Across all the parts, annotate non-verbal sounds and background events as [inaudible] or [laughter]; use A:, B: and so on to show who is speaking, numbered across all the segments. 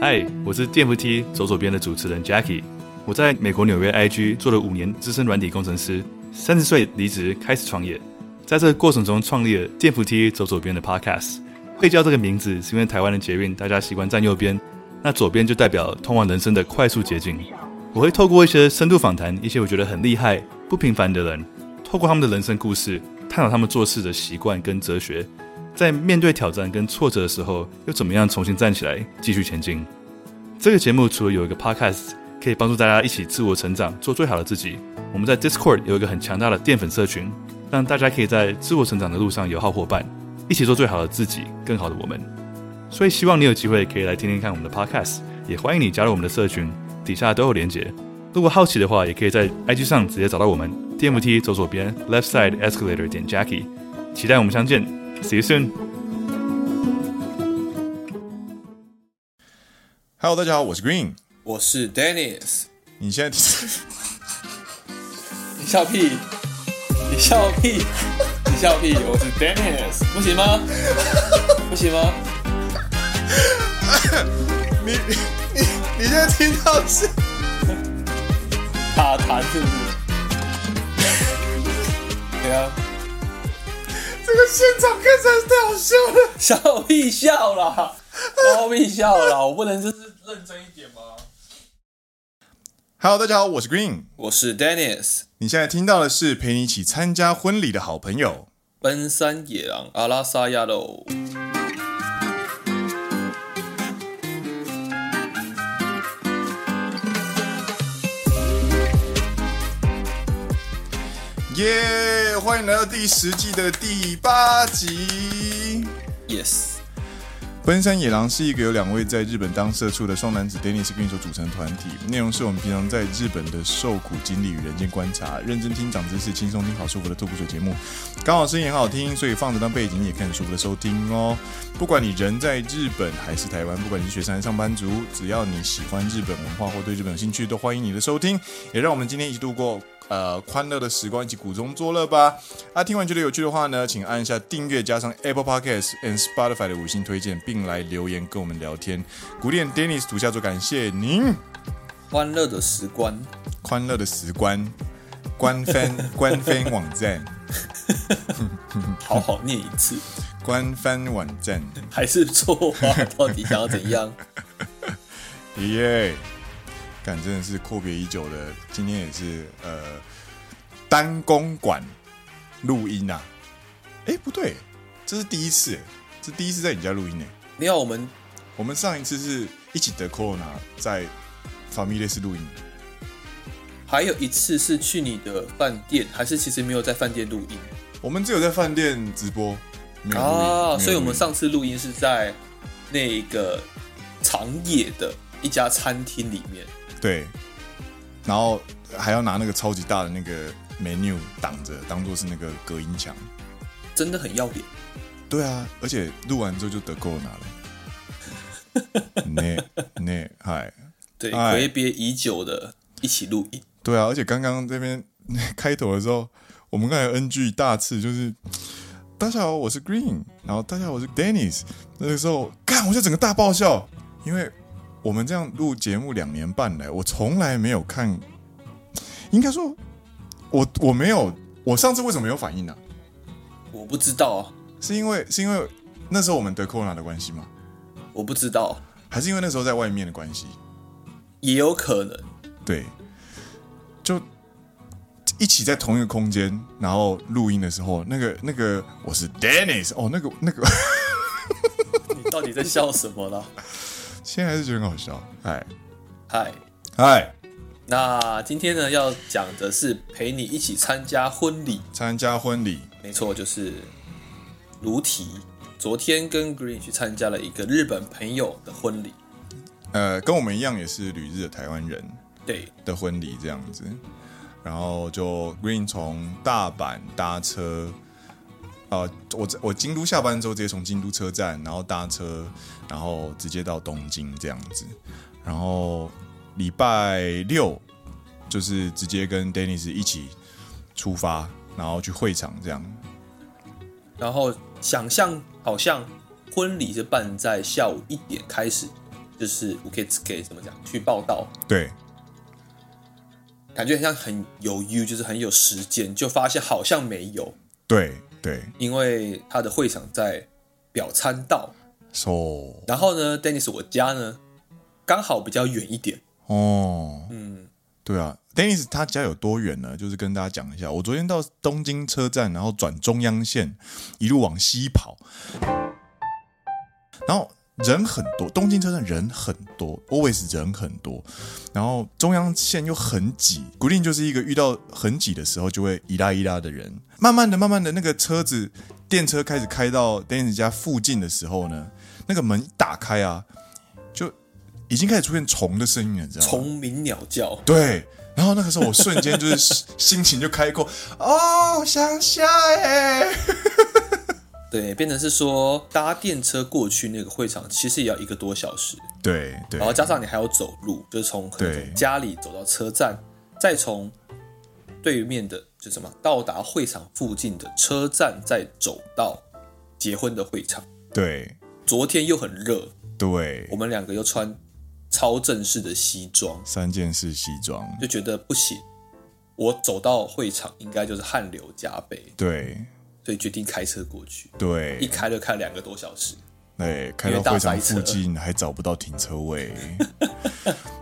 A: 嗨，我是 DMT 走左边的主持人 Jackie，我在美国纽约 IG 做了五年资深软体工程师，三十岁离职开始创业，在这个过程中创立了 DMT 走左边的 Podcast，会叫这个名字是因为台湾的捷运大家习惯站右边，那左边就代表通往人生的快速捷径。我会透过一些深度访谈，一些我觉得很厉害、不平凡的人，透过他们的人生故事，探讨他们做事的习惯跟哲学，在面对挑战跟挫折的时候，又怎么样重新站起来，继续前进。这个节目除了有一个 podcast 可以帮助大家一起自我成长，做最好的自己，我们在 Discord 有一个很强大的淀粉社群，让大家可以在自我成长的路上有好伙伴，一起做最好的自己，更好的我们。所以希望你有机会可以来听听看我们的 podcast，也欢迎你加入我们的社群，底下都有连结。如果好奇的话，也可以在 IG 上直接找到我们，DMT 走左边，Left Side Escalator 点 Jackie，期待我们相见，See you soon。
B: Hello，大家好，我是 Green。
C: 我是 Dennis，
B: 你现在听 [laughs]
C: 你笑屁，你笑屁，你笑屁，我是 Dennis，不行吗？不行吗？
B: 你你你现在听到是
C: 卡痰是不是？对啊，
B: 这个现场看起来太好笑了。
C: 笑屁笑啦，笑屁笑啦，我不能就是认真一点吗？
B: Hello，大家好，我是 Green。
C: 我是 Dennis，
B: 你现在听到的是陪你一起参加婚礼的好朋友。
C: 奔山野狼阿拉萨亚喽。
B: 耶、欢迎来到第十季的第八集。
C: Yes，
B: 奔山野狼是一个由两位在日本当社畜的双男子 Dennis Green 所组成的团体，内容是我们平常在日本的受苦经历与人间观察，认真听长知识，轻松听好舒服的做苦水节目。刚好声音很好听，所以放着当背景也可以很舒服的收听哦。不管你人在日本还是台湾，不管你是学生还是上班族，只要你喜欢日本文化或对日本有兴趣，都欢迎你的收听，也让我们今天一起度过。呃，欢乐的时光，一起苦中作乐吧。啊，听完觉得有趣的话呢，请按下订阅，加上 Apple Podcast and Spotify 的五星推荐，并来留言跟我们聊天。古典 Dennis 土下座，感谢您。
C: 欢乐的时光，
B: 欢乐的时光，官方 [laughs] 官方网站，
C: 好好念一
B: [laughs]
C: 次，
B: 官方网站，
C: 还是错啊？ [laughs] 到底想要怎样？
B: 耶、感真的是阔别已久的，今天也是呃单公馆录音啊。哎，不对，这是第一次，这第一次在你家录音呢。
C: 你要我们
B: 我们上一次是一起得 corona 在 Family 室录音，
C: 还有一次是去你的饭店，还是其实没有在饭店录音
B: 我们只有在饭店直播，没有录音没有录
C: 啊？
B: 音
C: 所以我们上次录音是在那个长野的一家餐厅里面。
B: 对，然后还要拿那个超级大的那个 menu 挡着，当做是那个隔音墙。
C: 真的很要脸，
B: 对啊，而且录完之后就得 corona 了。 [laughs] 那那嗨，
C: 对，
B: 哎
C: 诀别已久的一起录音，
B: 对啊，而且刚刚这边开头的时候，我们刚才有 NG 大次就是。大家好，我是 Green，然后大家好，我是 Dennis。那个时候，干，我就整个大爆笑，因为我们这样录节目两年半来，我从来没有看，应该说，我我没有，我上次为什么没有反应呢、
C: 我不知道啊，
B: 是因为是因为那时候我们得 corona 的关系吗？
C: 我不知道，啊
B: 还是因为那时候在外面的关系？
C: 也有可能
B: 对，就一起在同一个空间，然后录音的时候，那个那个我是 Dennis 哦，那个那个， [laughs]
C: 你到底在笑什么啦？
B: 现在还是觉得很好笑。哎
C: 嗨，
B: 哎，
C: 那今天呢要讲的是陪你一起参加婚礼，
B: 参加婚礼，
C: 没错，就是如题。昨天跟 Green 去参加了一个日本朋友的婚礼，
B: 呃，跟我们一样也是旅日的台湾人
C: 对，
B: 的婚礼这样子，然后就 Green 从大阪搭车。啊、我在我京都下班之后，直接从京都车站，然后搭车，然后直接到东京这样子。然后礼拜六就是直接跟 Dennis 一起出发，然后去会场这样。
C: 然后想象好像婚礼是办在下午一点开始，就是我可以给怎么讲去报道，
B: 对，
C: 感觉很像很有 U，就是很有时间，就发现好像没有，
B: 对，对
C: 因为他的会场在表参道，
B: ，so，
C: 然后呢，Dennis 我家呢刚好比较远一点，
B: 哦，
C: 嗯，
B: 对啊，Dennis 他家有多远呢？就是跟大家讲一下，我昨天到东京车站，然后转中央线，一路往西跑，然后人很多，东京车站人很多，always 人很多，然后中央线又很挤，固定就是一个遇到很挤的时候就会一拉一拉的人。慢慢的、慢慢的，那个车子电车开始开到 Dennis 家附近的时候呢，那个门一打开啊，就已经开始出现虫的声音了，你知道吗？
C: 虫鸣鸟叫，
B: 对，然后那个时候我瞬间就是心情就开阔， [laughs] 哦，乡下哎，
C: 对，变成是说搭电车过去那个会场其实也要一个多小时，
B: 对对
C: 然后加上你还要走路，就是从可能
B: 对
C: 从家里走到车站，再从对面的就什么到达会场附近的车站，再走到结婚的会场。
B: 对
C: 昨天又很热，我
B: 对，
C: 们两个又穿超正式的西装，
B: 三件式西装，
C: 就觉得不行。我走到会场应该就是汗流浃背，
B: 对
C: 所以决定开车过去。一
B: 对，
C: 开就开两个多小时，
B: 哎，开
C: 因为
B: 到
C: 大
B: 会场
C: 塞
B: 附
C: 车
B: 近还找不到停车位。 [laughs]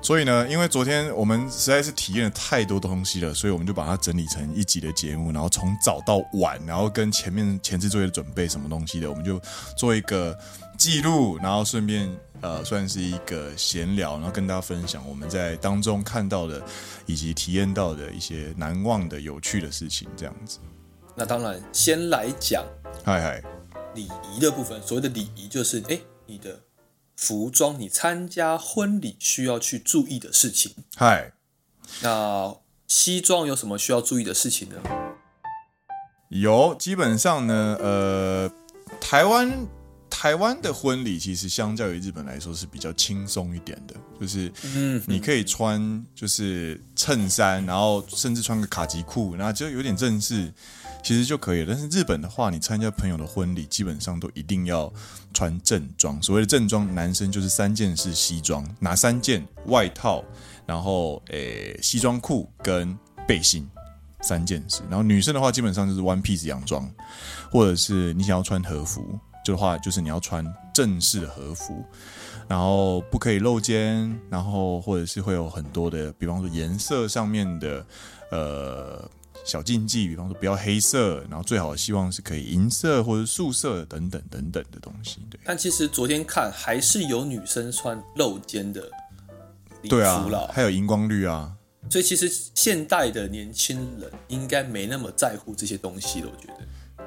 B: 所以呢，因为昨天我们实在是体验了太多东西了，所以我们就把它整理成一集的节目，然后从早到晚，然后跟前面前置作业的准备什么东西的，我们就做一个记录，然后顺便呃算是一个闲聊，然后跟大家分享我们在当中看到的以及体验到的一些难忘的有趣的事情，这样子。
C: 那当然先来讲
B: 嗨嗨，
C: 礼仪的部分，所谓的礼仪就是，哎，你的服装，你参加婚礼需要去注意的事情。
B: 嗨，
C: 那西装有什么需要注意的事情呢？
B: 有，基本上呢，呃，台湾台湾的婚礼其实相较于日本来说是比较轻松一点的，就是
C: 嗯，
B: 你可以穿就是衬衫，然后甚至穿个卡其裤，然后就有点正式，其实就可以了。但是日本的话，你参加朋友的婚礼，基本上都一定要穿正装。所谓的正装，男生就是三件式西装，哪三件？外套，然后诶、西装裤跟背心。三件事，然后女生的话基本上就是 one piece 洋装，或者是你想要穿和服就的话，就是你要穿正式的和服，然后不可以露肩，然后或者是会有很多的，比方说颜色上面的呃小禁忌，比方说不要黑色，然后最好希望是可以银色或者素色等等等等的东西。对，
C: 但其实昨天看还是有女生穿露肩的礼服
B: 对啊
C: 了，，
B: 还有荧光绿啊，
C: 所以其实现代的年轻人应该没那么在乎这些东西了，我觉得。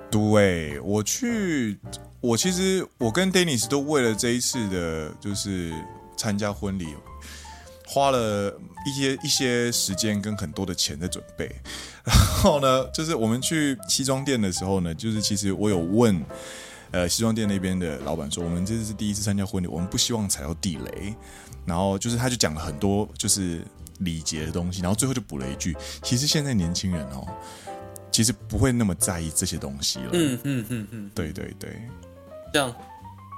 B: 对，我去，我其实我跟 Dennis 都为了这一次的，就是参加婚礼，花了一些一些时间跟很多的钱在准备。然后呢，就是我们去西装店的时候呢，就是其实我有问。呃，西装店那边的老板说，我们这是第一次参加婚礼，我们不希望踩到地雷。然后就是他就讲了很多就是礼节的东西，然后最后就补了一句，其实现在年轻人哦，其实不会那么在意这些东西了。
C: 嗯嗯嗯嗯，
B: 对对对，
C: 像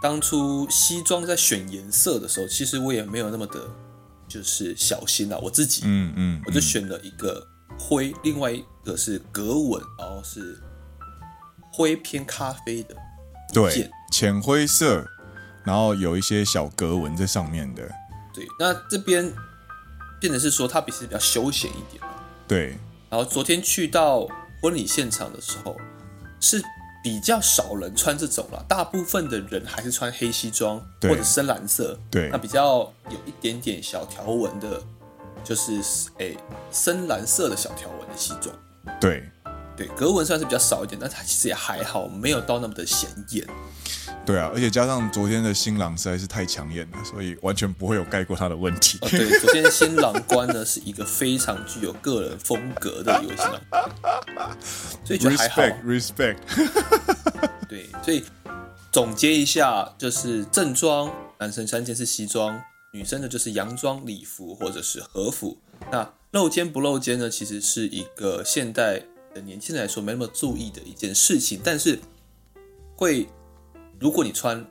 C: 当初西装在选颜色的时候，其实我也没有那么的，就是小心啊啦，我自己。
B: 嗯嗯，
C: 我就选了一个灰，另外一个是格纹，然后是灰偏咖啡的。
B: 嗯对浅灰色，然后有一些小格纹在上面的，
C: 对，那这边变成是说它比是比较休闲一点。
B: 对
C: 然后昨天去到婚礼现场的时候，是比较少人穿这种啦，大部分的人还是穿黑西装
B: 对
C: 或者深蓝色。
B: 对
C: 那比较有一点点小条纹的，就是诶、深蓝色的小条纹的西装。
B: 对
C: 对，格纹算是比较少一点，但它其实也还好，没有到那么的显眼。
B: 对啊！而且加上昨天的新郎实在是太抢眼了，所以完全不会有盖过他的问
C: [laughs]
B: 题。
C: 哦，
B: [laughs]
C: 对，昨天新郎官呢是一个非常具有个人风格的一位新郎官，所以觉得还好。
B: respect respect，
C: 对，所以总结一下，就是正装，男生三件是西装，女生呢就是洋装、礼服或者是和服。那露肩不露肩呢，其实是一个现代的年轻人来说没那么注意的一件事情，但是会，如果你穿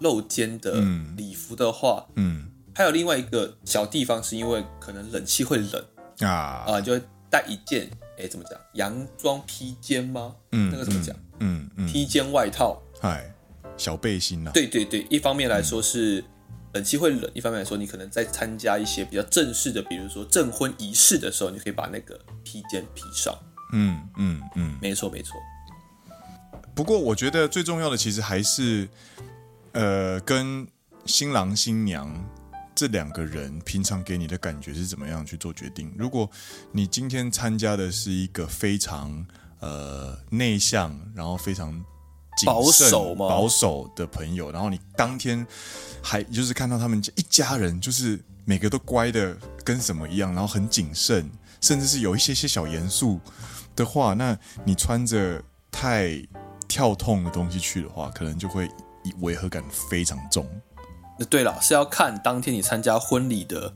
C: 露肩的
B: 嗯
C: 礼服的话，
B: 嗯，
C: 还有另外一个小地方，是因为可能冷气会冷
B: 啊
C: 啊、，你就会带一件，哎，怎么讲？洋装披肩吗？
B: 嗯
C: 那个怎么讲？？
B: 嗯嗯嗯，
C: 披肩外套。
B: 嗨，小背心啊呐，
C: 对对对，一方面来说是冷气会冷，一方面来说你可能在参加一些比较正式的，比如说证婚仪式的时候，你可以把那个披肩披上。
B: 嗯嗯嗯。
C: 没错没错，
B: 不过我觉得最重要的其实还是，呃，跟新郎新娘这两个人平常给你的感觉是怎么样去做决定。如果你今天参加的是一个非常呃内向，然后非常谨
C: 保
B: 慎
C: 守吗
B: 保守的朋友，然后你当天还就是看到他们一家人，就是每个都乖的跟什么一样，然后很谨慎，甚至是有一些些小严肃的话，那你穿着太跳痛的东西去的话，可能就会以违和感非常重。
C: 那对了，是要看当天你参加婚礼的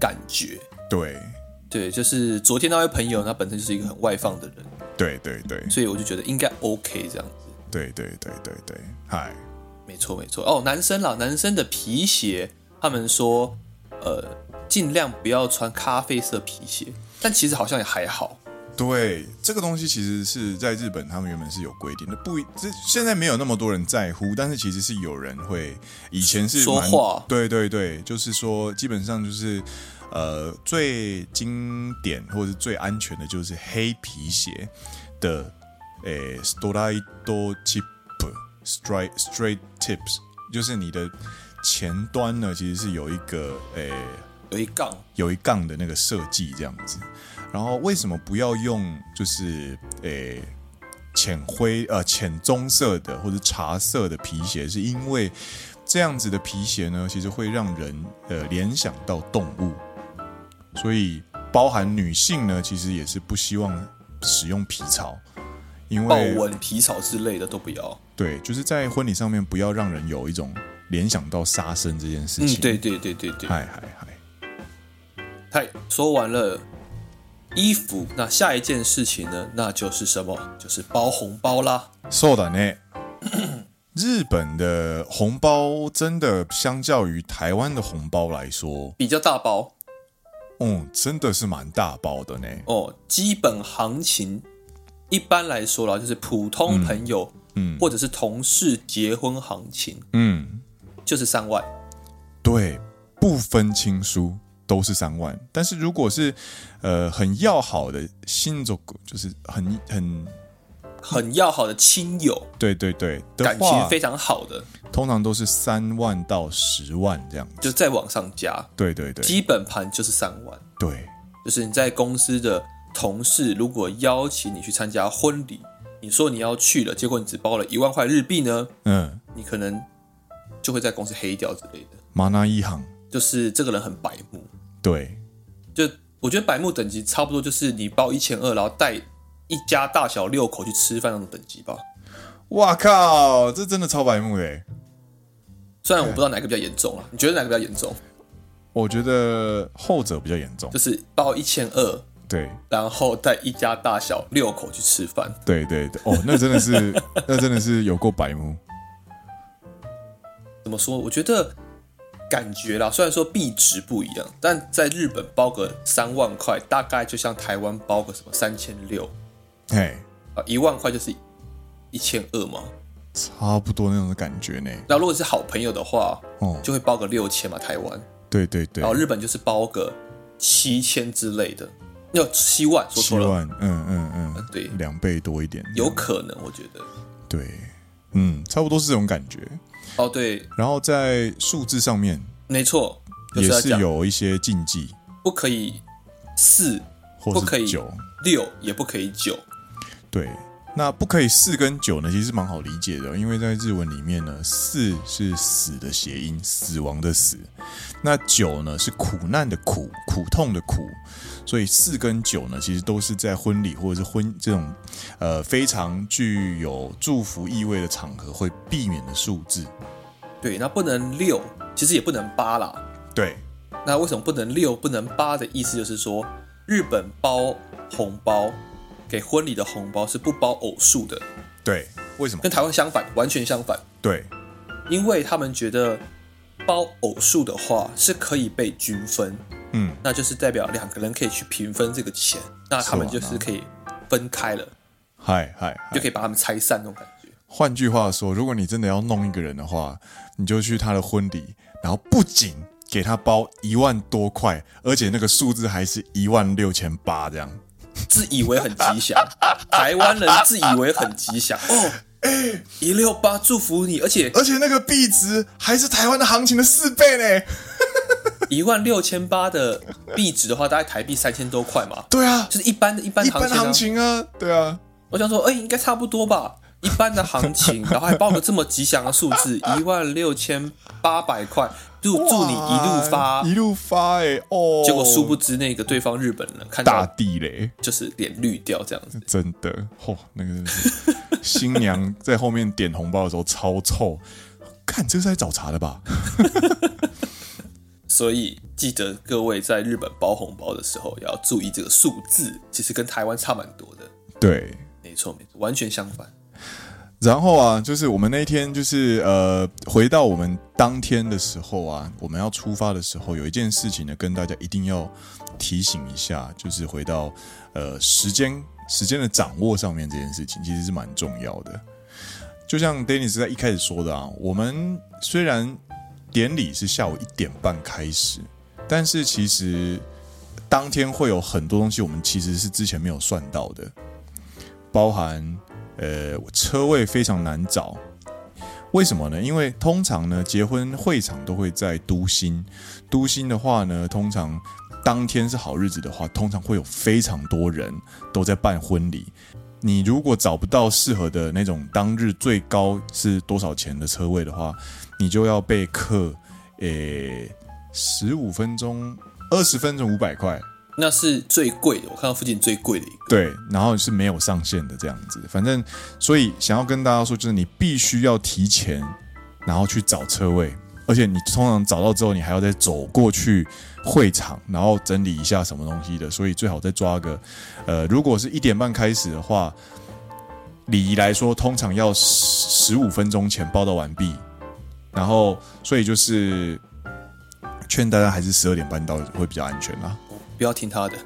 C: 感觉。
B: 对，
C: 对，就是昨天那位朋友，他本身就是一个很外放的人，
B: 对对对
C: 所以我就觉得应该 OK 这样子。
B: 对对对对对，嗨，
C: 没错没错。哦，男生啦，男生的皮鞋，他们说，呃，尽量不要穿咖啡色皮鞋，但其实好像也还好。
B: 对这个东西其实是在日本他们原本是有规定的，不一这现在没有那么多人在乎，但是其实是有人会以前是
C: 说
B: 蛮
C: 话
B: 对对对，就是说基本上就是呃最经典或者是最安全的就是黑皮鞋的诶 straight tip straight straight tips，就是你的前端呢其实是有一个诶。
C: 有一杠，
B: 有一杠的那个设计这样子。然后为什么不要用就是诶浅灰呃浅棕色的或者茶色的皮鞋？是因为这样子的皮鞋呢，其实会让人呃联想到动物，所以包含女性呢，其实也是不希望使用皮草，因
C: 豹
B: 为
C: 纹、皮草之类的都不要。
B: 对，就是在婚礼上面不要让人有一种联想到杀生这件事
C: 嗯，
B: 情。
C: 对，对对对对。
B: 嗨嗨嗨，
C: 嗨，哎说完了衣服，那下一件事情呢？那就是什么？就是包红包啦。
B: そうだね。 [coughs] 日本的红包真的相较于台湾的红包来说，
C: 比较大包
B: 嗯，真的是蛮大包的呢。
C: 哦，基本行情一般来说啦，就是普通朋友，
B: 嗯
C: 或者是同事结婚行情
B: 嗯，
C: 就是三万，
B: 对，不分亲疏都是三万。但是如果是呃很要好的新族，就是很很
C: 很要好的亲友，
B: 对对对的
C: 感情
B: 话，
C: 非常好的，
B: 通常都是三万到十万这样子。
C: 就再往上加，
B: 对对对
C: 基本盘就是三万。
B: 对，
C: 就是你在公司的同事如果邀请你去参加婚礼，你说你要去了，结果你只包了一万块日币呢，
B: 嗯，
C: 你可能就会在公司黑掉之类的。
B: 马那一行，
C: 就是这个人很白目，
B: 对
C: 就我觉得白目等级差不多就是你包一千二，然后带一家大小六口去吃饭那种等级吧。
B: 哇靠，这真的超白目的欸。
C: 虽然我不知道哪个比较严重啊，你觉得哪个比较严重？
B: 我觉得后者比较严重
C: 就。是包一千二，
B: 对
C: 然后带一家大小六口去吃饭，
B: 对对对，哦，那真
C: [laughs]
B: 的是，那真的是有过白目。
C: 怎么说？我觉得感觉啦，虽然说币值不一样，但在日本包个三万块，大概就像台湾包个什么三千六
B: 嘿，
C: 啊，一万块就是一千二嘛。
B: 差不多那种的感觉呢。
C: 那如果是好朋友的话，
B: 哦，
C: 就会哦包个六千嘛，台湾。
B: 对对对
C: 然，后日本就是包个七千之类的，要七万，说
B: 七
C: 错了，
B: 万，嗯嗯嗯，
C: 对
B: 两倍多一点，
C: 有可能我觉得。
B: 对，嗯，差不多是这种感觉。
C: 哦，对，
B: 然后在数字上面
C: 没错，就
B: 也
C: 是要
B: 是
C: 讲
B: 有一些禁忌，
C: 不可以四
B: 或
C: 不可
B: 是
C: 以
B: 九，
C: 六，也不可以九。
B: 对。那不可以四跟九呢，其实蛮好理解的，因为在日文里面呢，四是死的谐音，死亡的死，那九呢是苦难的苦，苦痛的苦，所以四跟九呢，其实都是在婚礼或者是婚这种呃非常具有祝福意味的场合会避免的数字。
C: 对，那不能六，其实也不能八啦。
B: 对，
C: 那为什么不能六不能八的意思就是说，日本包红包给婚礼的红包是不包偶数的，
B: 对，为什么？
C: 跟台湾相反，完全相反。
B: 对，
C: 因为他们觉得包偶数的话，是可以被均分，
B: 嗯，
C: 那就是代表两个人可以去平分这个钱，那他们
B: 是啊
C: 就是可以分开了，
B: 嗨嗨，嗨
C: 就可以把他们拆散那种感觉。
B: 换句话说，如果你真的要弄一个人的话，你就去他的婚礼，然后不仅给他包一万多块，而且那个数字还是一万六千八这样。
C: 自以为很吉祥，台湾人自以为很吉祥哦，一六八祝福你，而且
B: 而且那个币值还是台湾的行情的四倍呢。
C: 一万六千八的币值的话，大概台币三千多块嘛，
B: 对啊，
C: 就是一般的一般
B: 一
C: 行
B: 般
C: 情、啊
B: 行。情啊，对啊，
C: 我想说，哎、应该差不多吧，一般的行情，然后还报个这么吉祥的数
B: [laughs]
C: 字，一万六千八百块，祝祝你一路
B: 哇
C: 发。
B: 一路发哎、哦，
C: 结果殊不知，那个对方日本人看
B: 大
C: 到
B: 地雷，
C: 就是脸绿掉这样子，
B: 真的，嚯、那个真的是新娘在后面点红包的时候超臭。看，这是在找茬的吧？
C: 所以记得各位在日本包红包的时候也要注意这个数字，其实跟台湾差蛮多的。
B: 对，
C: 没错，没错，完全相反。
B: 然后啊，就是我们那一天就是呃，回到我们当天的时候啊，我们要出发的时候，有一件事情呢，跟大家一定要提醒一下，就是回到呃时间时间的掌握上面这件事情，其实是蛮重要的。就像 Dennis 在一开始说的啊，我们虽然典礼是下午一点半开始，但是其实当天会有很多东西，我们其实是之前没有算到的，包含呃，我车位非常难找。为什么呢？因为通常呢，结婚会场都会在都心。都心的话呢，通常当天是好日子的话，通常会有非常多人都在办婚礼。你如果找不到适合的那种当日最高是多少钱的车位的话，你就要被克诶十五分钟、二十分钟五百块，
C: 那是最贵的，我看到附近最贵的一个。
B: 对，然后是没有上限的这样子。反正，所以想要跟大家说，就是你必须要提前，然后去找车位，而且你通常找到之后，你还要再走过去会场，然后整理一下什么东西的。所以最好再抓个，呃，如果是一点半开始的话，礼仪来说，通常要十五分钟前报到完毕，然后所以就是劝大家还是十二点半到会比较安全啦。
C: 不要听他的。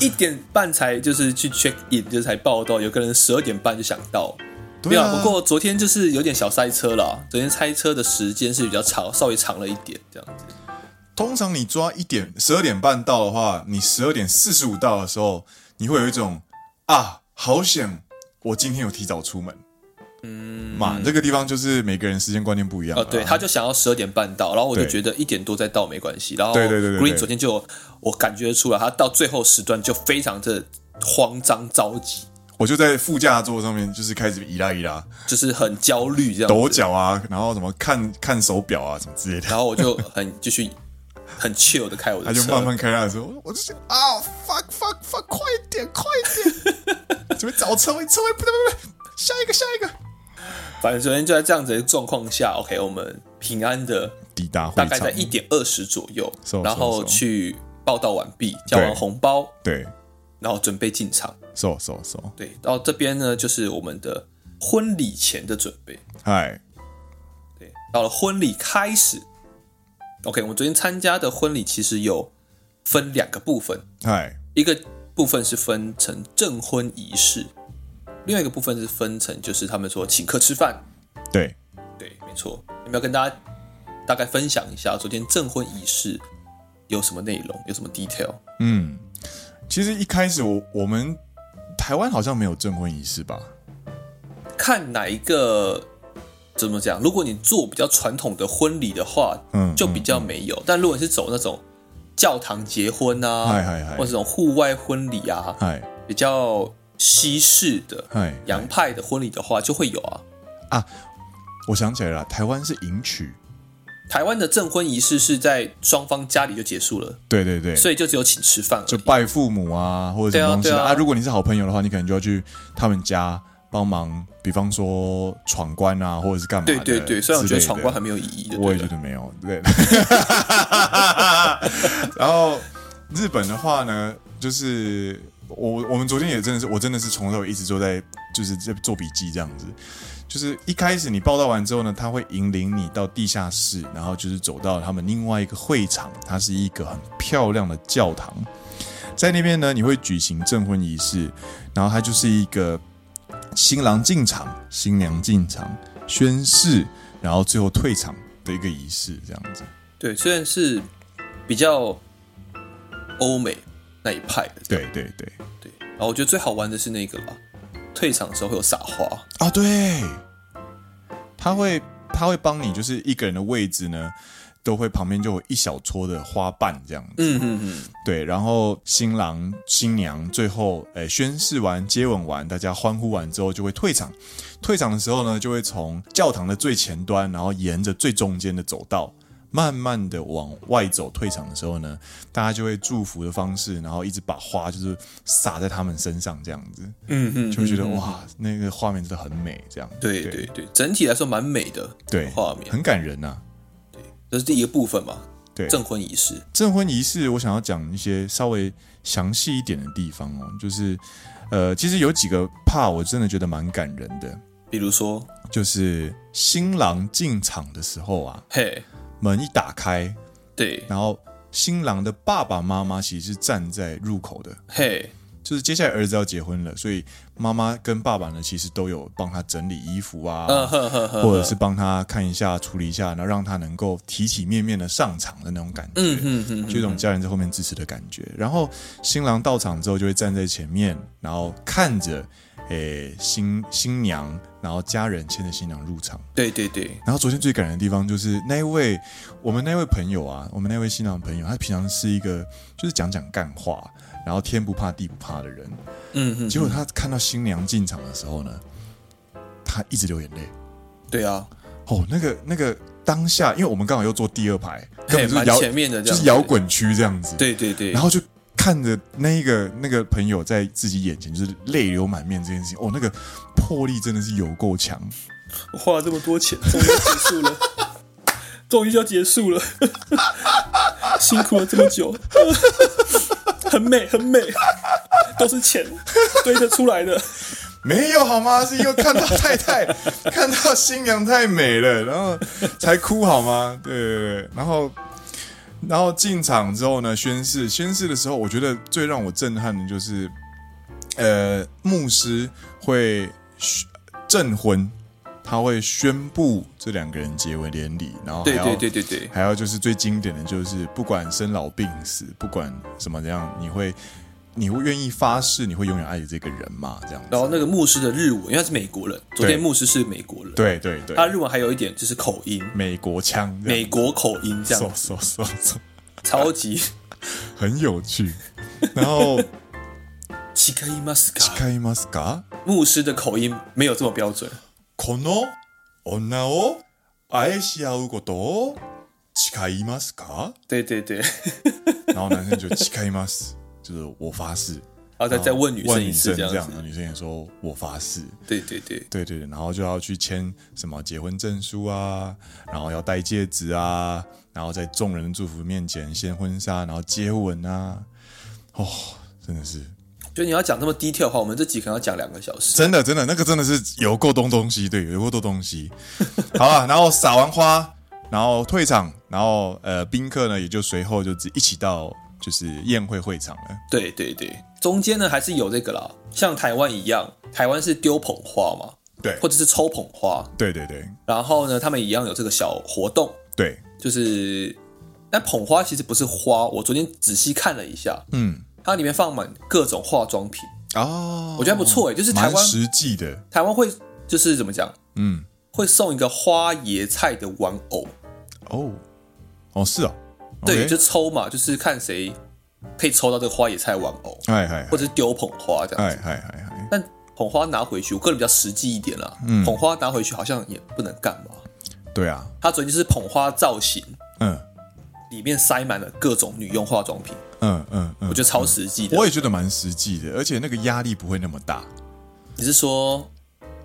C: 一点半才就是去 check in，就是才报到，有个人十二点半就想到。没
B: 对
C: 有
B: 啊，
C: 啊，不过昨天就是有点小塞车啦，昨天塞车的时间是比较长，稍微长了一点这样子。
B: 通常你抓一点十二点半到的话，你十二点四十五到的时候，你会有一种啊，好险，我今天有提早出门。嗯，嘛，这个地方就是每个人时间观念不一样
C: 哦，
B: 啊。
C: 对，他就想要十二点半到，然后我就
B: 对
C: 觉得一点多再到没关系。然后
B: 对对对对对
C: Green 昨天就我感觉出来，他到最后时段就非常的慌张着急，
B: 我就在副驾座上面，就是开始一拉一
C: 哦
B: 拉，
C: 就是很焦虑这样子。
B: 抖脚啊，然后什么看看手表啊，什么之类
C: [laughs]
B: 的。
C: 然后我就很继续很 chill 的开我
B: 他
C: 的车，
B: 就慢慢开他的车，我就想啊，fuck fuck fuck，快点快点，
C: [laughs]
B: 准备找车位，车位不对不对，不对下一个下一个，
C: 反正昨天就在这样子的状况下，OK，我们平安的
B: 抵达会
C: 大
B: 场，哦
C: 概在一点二十左右
B: So, so,，
C: 然后
B: so.
C: 去报道完毕，交完红包，
B: 对，
C: 然后准备进场。
B: 收收收，
C: 对，到这边呢就是我们的婚礼前的准备。
B: 嗨，
C: 对，到了婚礼开始，OK，我们昨天参加的婚礼其实有分两个部分，
B: 嗨。
C: 一个部分是分成证婚仪式，另外一个部分是分成就是他们说请客吃饭，
B: 对，
C: 对，没错。有没有跟大家大概分享一下昨天证婚仪式有什么内容，有什么 detail？
B: 嗯，其实一开始我我们台湾好像没有证婚仪式吧？
C: 看哪一个怎么讲？如果你做比较传统的婚礼的话，
B: 嗯
C: 就比较没有；但如果你是走那种教堂结婚啊，
B: 嗨嗨嗨
C: 或者这种户外婚礼啊，
B: 嗨
C: 比较西式的
B: 嗨，
C: 洋派的婚礼的话，就会有啊。
B: 我想起来了，台湾是迎娶，
C: 台湾的证婚仪式是在双方家里就结束了，
B: 对对对，
C: 所以就只有请吃饭而已。
B: 就拜父母啊，或者什么东西的
C: 对啊对啊
B: 如果你是好朋友的话，你可能就要去他们家帮忙，比方说闯关啊，或者是干嘛的
C: 对对对，虽然我觉得闯关
B: 之类的
C: 很没有意义的，
B: 我
C: 对
B: 也
C: 了
B: 觉得没有对。 [laughs] 然后日本的话呢，就是我我们昨天也真的是，我真的是从头一直都在就是在做笔记这样子。就是一开始你报道完之后呢，他会引领你到地下室，然后就是走到他们另外一个会场，它是一个很漂亮的教堂，在那边呢你会举行证婚仪式，然后它就是一个新郎进场、新娘进场、宣誓，然后最后退场的一个仪式这样子。
C: 对，虽然是比较欧美那一派的，
B: 对对对，
C: 对。然后我觉得最好玩的是那个吧，退场的时候会有撒花，
B: 啊，对，他会他会帮你，就是一个人的位置呢，都会旁边就有一小撮的花瓣这样子。
C: 嗯嗯嗯，
B: 对，然后新郎新娘最后诶、呃宣誓完、接吻完，大家欢呼完之后就会退场。退场的时候呢，就会从教堂的最前端，然后沿着最中间的走道。慢慢的往外走，退场的时候呢，大家就会祝福的方式，然后一直把花就是撒在他们身上，这样子，
C: 嗯嗯，
B: 就会觉得
C: 嗯，
B: 哇，那个画面真的很美，这样。
C: 对对对，整体来说蛮美的
B: 对，
C: 画面，
B: 很感人呐、啊
C: 这是第一个部分嘛，
B: 对，
C: 证婚仪式，
B: 证婚仪式，我想要讲一些稍微详细一点的地方哦，就是呃，其实有几个怕我真的觉得蛮感人的，
C: 比如说，
B: 就是新郎进场的时候啊，
C: 嘿，
B: 门一打开，
C: 对，
B: 然后新郎的爸爸妈妈其实是站在入口的。
C: 嘿，
B: 就是接下来儿子要结婚了，所以妈妈跟爸爸呢，其实都有帮他整理衣服啊，
C: 嗯呵呵呵，
B: 或者是帮他看一下、处理一下，然后让他能够体体面面的上场的那种感觉。
C: 嗯嗯嗯，
B: 就一种家人在后面支持的感觉。然后新郎到场之后，就会站在前面，然后看着，诶、新新娘，然后家人牵着新娘入场。
C: 对对对，
B: 然后昨天最感人的地方就是那一位我们那位朋友啊，我们那位新郎朋友，他平常是一个就是讲讲干话，然后天不怕地不怕的人。
C: 嗯嗯，
B: 结果他看到新娘进场的时候呢，他一直流眼泪。
C: 对啊，
B: 哦，那个那个当下，因为我们刚好又坐第二排，根
C: 嘿，
B: 本就是
C: 蛮
B: 摇
C: 前面的这
B: 就
C: 样，
B: 是摇，滚区这样子。
C: 对对对，
B: 然后就看着那个那个朋友在自己眼前就是泪流满面这件事情，哦，那个魄力真的是有够强。
C: 我花了这么多钱，终于要结束了，终于就要结束了，辛苦了这么久，很美很美，都是钱堆着出来的。
B: 没有好吗？是因为看到太太， [laughs] 看到新娘太美了，然后才哭好吗？对对对，然后。然后进场之后呢，宣誓宣誓的时候，我觉得最让我震撼的就是，呃，牧师会宣证婚，他会宣布这两个人结为连理，然后还
C: 对
B: 要
C: 对对对对，
B: 还有就是最经典的就是，不管生老病死，不管什么样，你会，你会愿意发誓你会永远爱着这个人嘛？这样子。
C: 然后那个牧师的日文，因为他是美国人，昨天
B: 对
C: 牧师是美国人，
B: 对对对，
C: 他日文还有一点就是口音，
B: 美国腔，
C: 美国口音
B: 这
C: 这
B: 样
C: 样，
B: 嗖嗖嗖嗖，
C: 超级
B: 很有趣。然
C: [laughs]
B: 后啊
C: 奇卡伊马斯卡，
B: 使いますか？
C: 牧师的口音没有这么标准，
B: [laughs] この女を愛し合うことを誓いますか？
C: 对对对，
B: 然后男生就誓います，就是我发誓。
C: 然后 [laughs] 再再哦问女生一次
B: 这
C: 这样
B: 样，
C: 子
B: 然，后女生也说我发誓。
C: 对对对，
B: 对对，对然后就要去签什么结婚证书啊，然后要戴戒指啊，然后在众人的祝福面前掀婚纱，然后接吻啊，哦，真的是，
C: 就你要讲这么低调的话，我们这集可能要讲两个小时。
B: 真的真的，那个真的是有够多东西，对，有够多东西。好了，然后撒完花，然后退场，然后呃，宾客呢也就随后就只一起到就是宴会会场了。
C: 对对对，中间呢还是有这个啦，像台湾一样，台湾是丢捧花嘛，
B: 对
C: 或者是抽捧花，
B: 对对对
C: 然后呢，他们一样有这个小活动，
B: 对，
C: 就是但捧花其实不是花，我昨天仔细看了一下，
B: 嗯，
C: 它里面放满各种化妆品，
B: 哦，
C: 我觉得还不错诶，欸就是台
B: 蛮
C: 湾
B: 实际的，
C: 台湾会就是怎么讲，
B: 嗯，
C: 会送一个花椰菜的玩偶，
B: 哦，哦是哦，
C: 对
B: OK
C: 就抽嘛，就是看谁可以抽到这个花椰菜玩偶，
B: 嗨嗨
C: 或者是丢捧花这样
B: 嗨
C: 子。
B: 嗨嗨嗨，
C: 但捧花拿回去，我个人比较实际一点啦。
B: 嗯
C: 捧花拿回去好像也不能干嘛。
B: 对啊，
C: 他昨天就是捧花造型，
B: 嗯
C: 里面塞满了各种女用化妆品，
B: 嗯嗯嗯，
C: 我觉得超实际的。
B: 我也觉得蛮实际的，而且那个压力不会那么大。
C: 你是说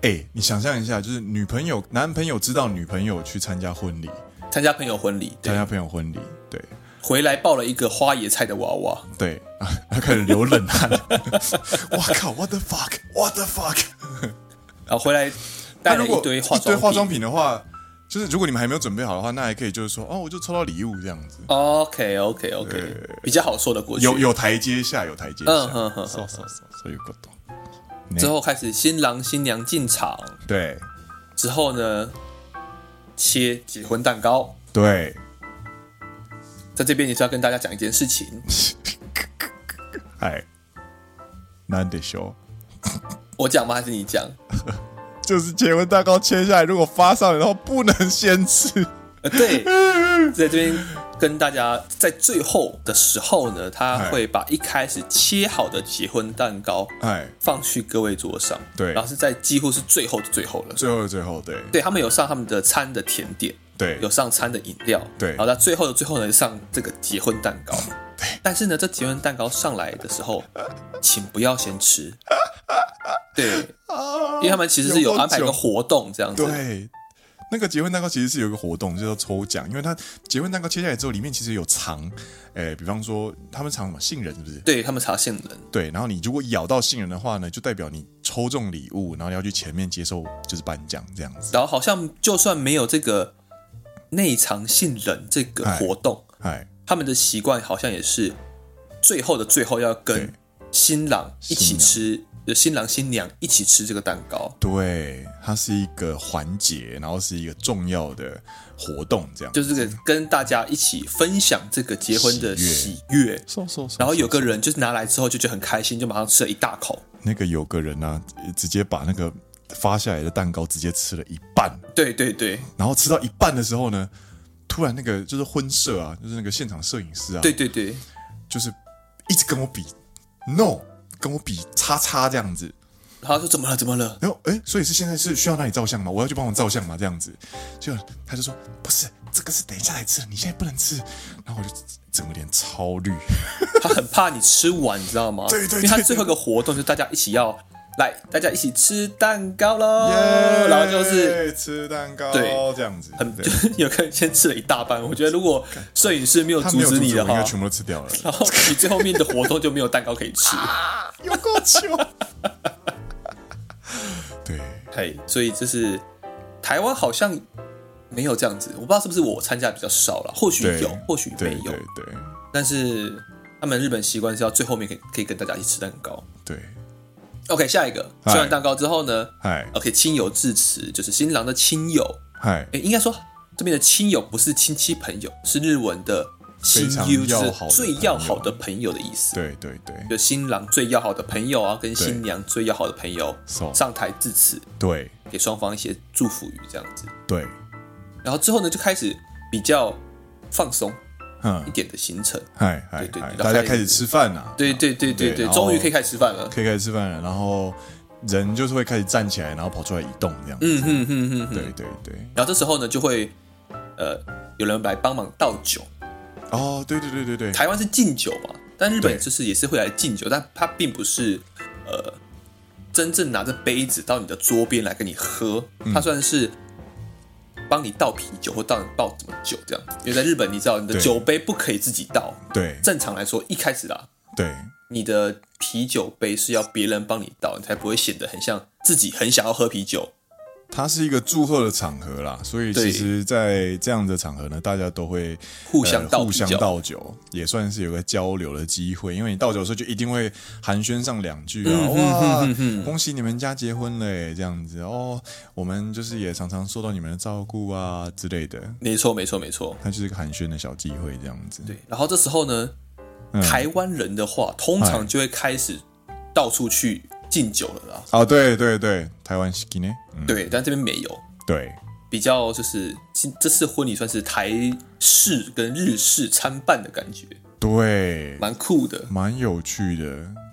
B: 哎、你想象一下，就是女朋友、男朋友知道女朋友去参加婚礼，
C: 参加朋友婚礼，
B: 参
C: 对，
B: 加朋友婚礼，对，
C: 回来抱了一个花椰菜的娃娃。
B: 对， [laughs] 啊他开始流冷汗。 [laughs] 我靠，what the fuck，what the fuck。 [laughs]
C: 然后回来
B: 那
C: [laughs] 带了
B: 如果
C: 一堆化
B: 一堆
C: 妆
B: 化妆
C: 品。
B: 品的话，就是如果你们还没有准备好的话，那还可以就是说，哦，我就抽到礼物这样子，
C: OK OK OK，比较好说得过去。
B: 有有台阶下，有台阶下。
C: 嗯哼哼哼
B: そうそうそうそういうこと
C: 之后开始新郎新娘进场，
B: 对
C: 之后呢，切结婚蛋糕。
B: 对，
C: 在这边也是要跟大家讲一件事情，
B: 哎，なんでしょ
C: 我讲吗？还是你讲？
B: う？就是结婚蛋糕切下来，如果发上来的话，不能先吃。 [laughs]
C: 呃，对，在这边跟大家在最后的时候呢，他
B: 哎
C: 会把一开始切好的结婚蛋糕
B: 哎，
C: 放去各位桌上，
B: 对
C: 然后是在几乎是最后的最后了。
B: 最后的最后，对
C: 对他们有上他们的餐的甜点，
B: 对
C: 有上餐的饮料，
B: 对
C: 然后在最后的最后呢，上这个结婚蛋
B: [laughs]
C: 糕。对，但是呢，这结婚蛋糕上来的时候，请不要先吃。
B: [laughs]
C: 对，因为他们其实是
B: 啊
C: 有
B: 有够
C: 安排一个
B: 久
C: 活动这样子。
B: 对。那个结婚蛋糕其实是有一个活动，叫做抽奖，因为它结婚蛋糕切下来之后，里面其实有藏，哎，比方说他们藏什么杏仁，是不是？
C: 对他们查线人，
B: 对，然后你如果咬到杏仁的话呢，就代表你抽中礼物，然后你要去前面接受就是颁奖这样子。
C: 然后好像就算没有这个内藏信人这个
B: 哎
C: 活动，
B: 哎，
C: 他们的习惯好像也是最后的最后要
B: 对
C: 跟新郎一
B: 新
C: 起
B: 娘
C: 吃，呃新郎新娘一起吃这个蛋糕，
B: 对，它是一个环节，然后是一个重要的活动这样子。
C: 就是这个跟大家一起分享这个结婚的
B: 喜
C: 喜悦。
B: 嗖嗖嗖
C: 然后有个人就是拿来之后就觉得很开心，就马上吃了一大口。
B: 那个有个人呢、直接把那个发下来的蛋糕直接吃了一半，
C: 对对对
B: 然后吃到一半的时候呢，突然那个就是婚摄啊，就是那个现场摄影师啊，
C: 对，对对，
B: 就是一直跟我比，no，跟我比叉叉这样子，
C: 然后他说怎么了怎么了？
B: 然后，哎，所以是现在是需要那里照相吗？我要去帮忙照相吗？这样子，就他就说不是，这个是等一下来吃的，你现在不能吃。然后我就整个脸超绿，
C: 他很怕你吃完，你知道吗？
B: 对对对
C: 因为他最后一个活动就是大家一起要来，大家一起吃蛋糕喽然后就是。
B: 吃蛋糕，
C: 对
B: 这样子，
C: 很
B: 对
C: 就有个人先吃了一大半，我觉得如果摄影师没有
B: 他
C: 阻
B: 没有
C: 止你
B: 我
C: 的
B: 应该
C: 话，
B: 全部都吃
C: [laughs]
B: 掉了，
C: 然后你最后面的活动就没有蛋糕可以吃，
B: 有够
C: [laughs]
B: 糗。对，
C: 嘿，所以就是台湾好像没有这样子，我不知道是不是我参加比较少了，或许
B: 对
C: 有，或许没
B: 对
C: 有
B: 对，对
C: 但是他们日本习惯是要最后面可以可以跟大家一起吃蛋糕。
B: 对，
C: OK，下一个
B: 嗨
C: 吃完蛋糕之后呢
B: 嗨
C: ，OK，亲友致辞就是新郎的亲友，
B: 嗨，
C: 诶，应该说这边的亲友不是亲戚朋友，是日文的亲
B: 非常
C: 友，
B: 要
C: 就是
B: 好的
C: 最
B: 朋
C: 要
B: 友
C: 好的朋友的意思。
B: 对对对
C: 就新郎最要好的朋友啊，跟新娘最要好的朋友
B: So
C: 上台致辞，
B: 对
C: 给双方一些祝福语这样子。
B: 对，
C: 然后之后呢，就开始比较放松一
B: 嗯，
C: 点的行程。
B: 嗨嗨
C: 对对
B: 嗨，
C: 对
B: 大家开始吃饭了。
C: 对对对对
B: 啊对
C: 对，
B: 然后
C: 终于可以开始吃饭了。
B: 可以开始吃饭了，然后人就是会开始站起来，然后跑出来移动这样。
C: 嗯哼哼哼哼。
B: 对对对，
C: 然后这时候呢，就会呃有人来帮忙倒酒。
B: 哦，对对对对对，
C: 台湾是敬酒嘛，但日本
B: 对
C: 就是也是会来敬酒，但它并不是呃真正拿着杯子到你的桌边来跟你喝，
B: 嗯
C: 它算是帮你倒啤酒或倒你倒什么酒这样。因为在日本，你知道你的
B: 对
C: 酒杯不可以自己倒，
B: 对
C: 正常来说一开始啦，
B: 对
C: 你的啤酒杯是要别人帮你倒，你才不会显得很像自己很想要喝啤酒。
B: 它是一个祝贺的场合啦，所以
C: 对
B: 其实，在这样的场合呢，大家都会呃
C: 互相倒
B: 互
C: 啤
B: 相
C: 酒
B: 倒酒，也算是有个交流的机会。因为你倒酒的时候，就一定会寒暄上两句
C: 嗯
B: 啊，哇，恭喜你们家结婚嘞，这样子哦，我们就是也常常受到你们的照顾啊之类的，
C: 没错，没错，没错。
B: 它就是一个寒暄的小机会，这样子。
C: 对，然后这时候呢，
B: 嗯哎
C: 台湾人的话，通常就会开始到处去敬酒了啦。
B: 啊，对对对，台湾式呢？嗯，
C: 对，但这边没有，
B: 对
C: 比较就是今这次婚礼算是台式跟日式参半的感觉，
B: 对，
C: 蛮
B: [laughs]
C: 酷的
B: 蛮有趣的。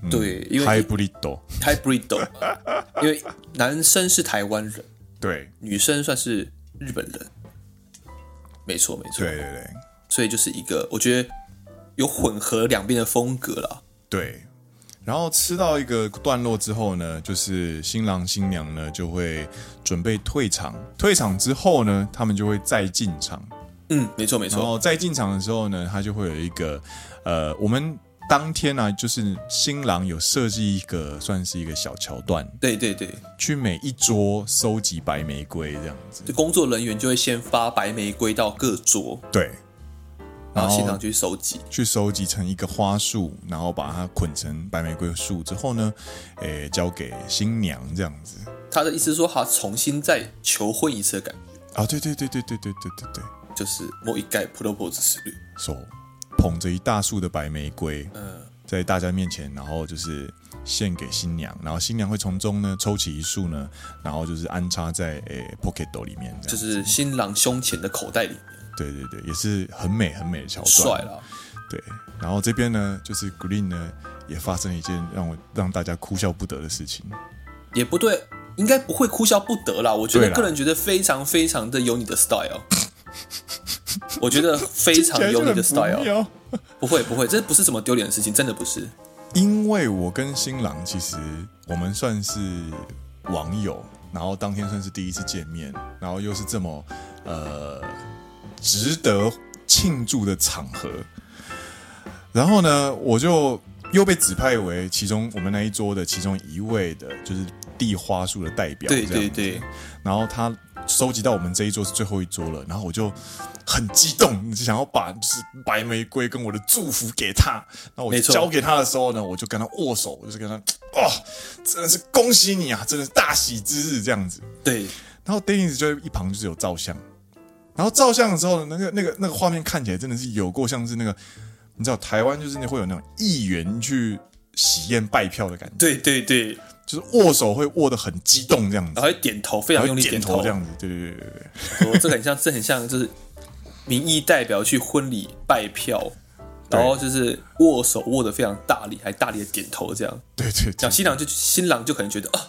B: 嗯、
C: 对因为
B: h y b r i d
C: ，hybrid 嘛因为男生是台湾人，
B: 对
C: 女生算是日本人，没错没错
B: 对，对对
C: 所以就是一个我觉得有混合两边的风格啦。
B: 对。然后吃到一个段落之后呢，就是新郎新娘呢就会准备退场。退场之后呢，他们就会再进场。
C: 嗯，没错没
B: 然
C: 错，
B: 后在进场的时候呢，他就会有一个呃，我们当天呢、就是新郎有设计一个算是一个小桥段，
C: 对对对，
B: 去每一桌收集白玫瑰这样子。
C: 就工作人员就会先发白玫瑰到各桌，
B: 对，
C: 然后现场
B: 去
C: 去收集。
B: 去收集成一个花束，然后把它捆成白玫瑰树之后呢，诶，交给新娘这样子。
C: 他的意思是说，他重新再求婚一次的感觉，
B: 啊，对对对对对对对对对，
C: 就是莫一盖 propose 之旅。
B: 手捧着一大束的白玫瑰，
C: 嗯，
B: 在大家面前，然后就是献给新娘，然后新娘会从中呢抽起一束呢，然后就是安插在诶、pocket 斗里面，这样
C: 就是新郎胸前的口袋里面，
B: 对对对，也是很美很美的桥
C: 帅啊
B: 段，
C: 了。
B: 对。然后这边呢，就是 Green 呢也发生了一件让我让大家哭笑不得的事情，
C: 也不对，应该不会哭笑不得啦。我觉
B: 对啦
C: 得个人觉得非常非常的有你的 style，我觉得非常有
B: 听起来
C: 你的
B: 就很不
C: style，
B: 妙
C: 不会不会，这不是什么丢脸的事情，真的不是。
B: 因为我跟新郎其实我们算是网友，然后当天算是第一次见面，然后又是这么呃值得庆祝的场合，然后呢，我就又被指派为其中我们那一桌的其中一位的，就是递花束的代表，
C: 对
B: 这样
C: 对对，
B: 然后他收集到我们这一桌是最后一桌了，然后我就很激动，想要把就是白玫瑰跟我的祝福给他。然后我
C: 没错
B: 交给他的时候呢，我就跟他握手，我就跟他哦，真的是恭喜你啊，真的是大喜之日这样子。
C: 对，
B: 然后 Dennis 就一旁就是有照相，然后照相的时候呢，那个那个那个画面看起来真的是有够像是那个，你知道台湾就是会有那种议员去喜宴拜票的感觉，
C: 对对对，
B: 就是握手会握得很激动这样子
C: 然，后还点头，非
B: 然后
C: 常啊用力
B: 点
C: 头
B: 头这，样子，对对对对对。
C: 我哦这个很像，这很像就是民意代表去婚礼拜票。
B: 对
C: 然后就是握手握得非常大力，还大力的点头，这样，
B: 对对
C: 讲
B: 对，
C: 新郎就新郎就可能觉得啊，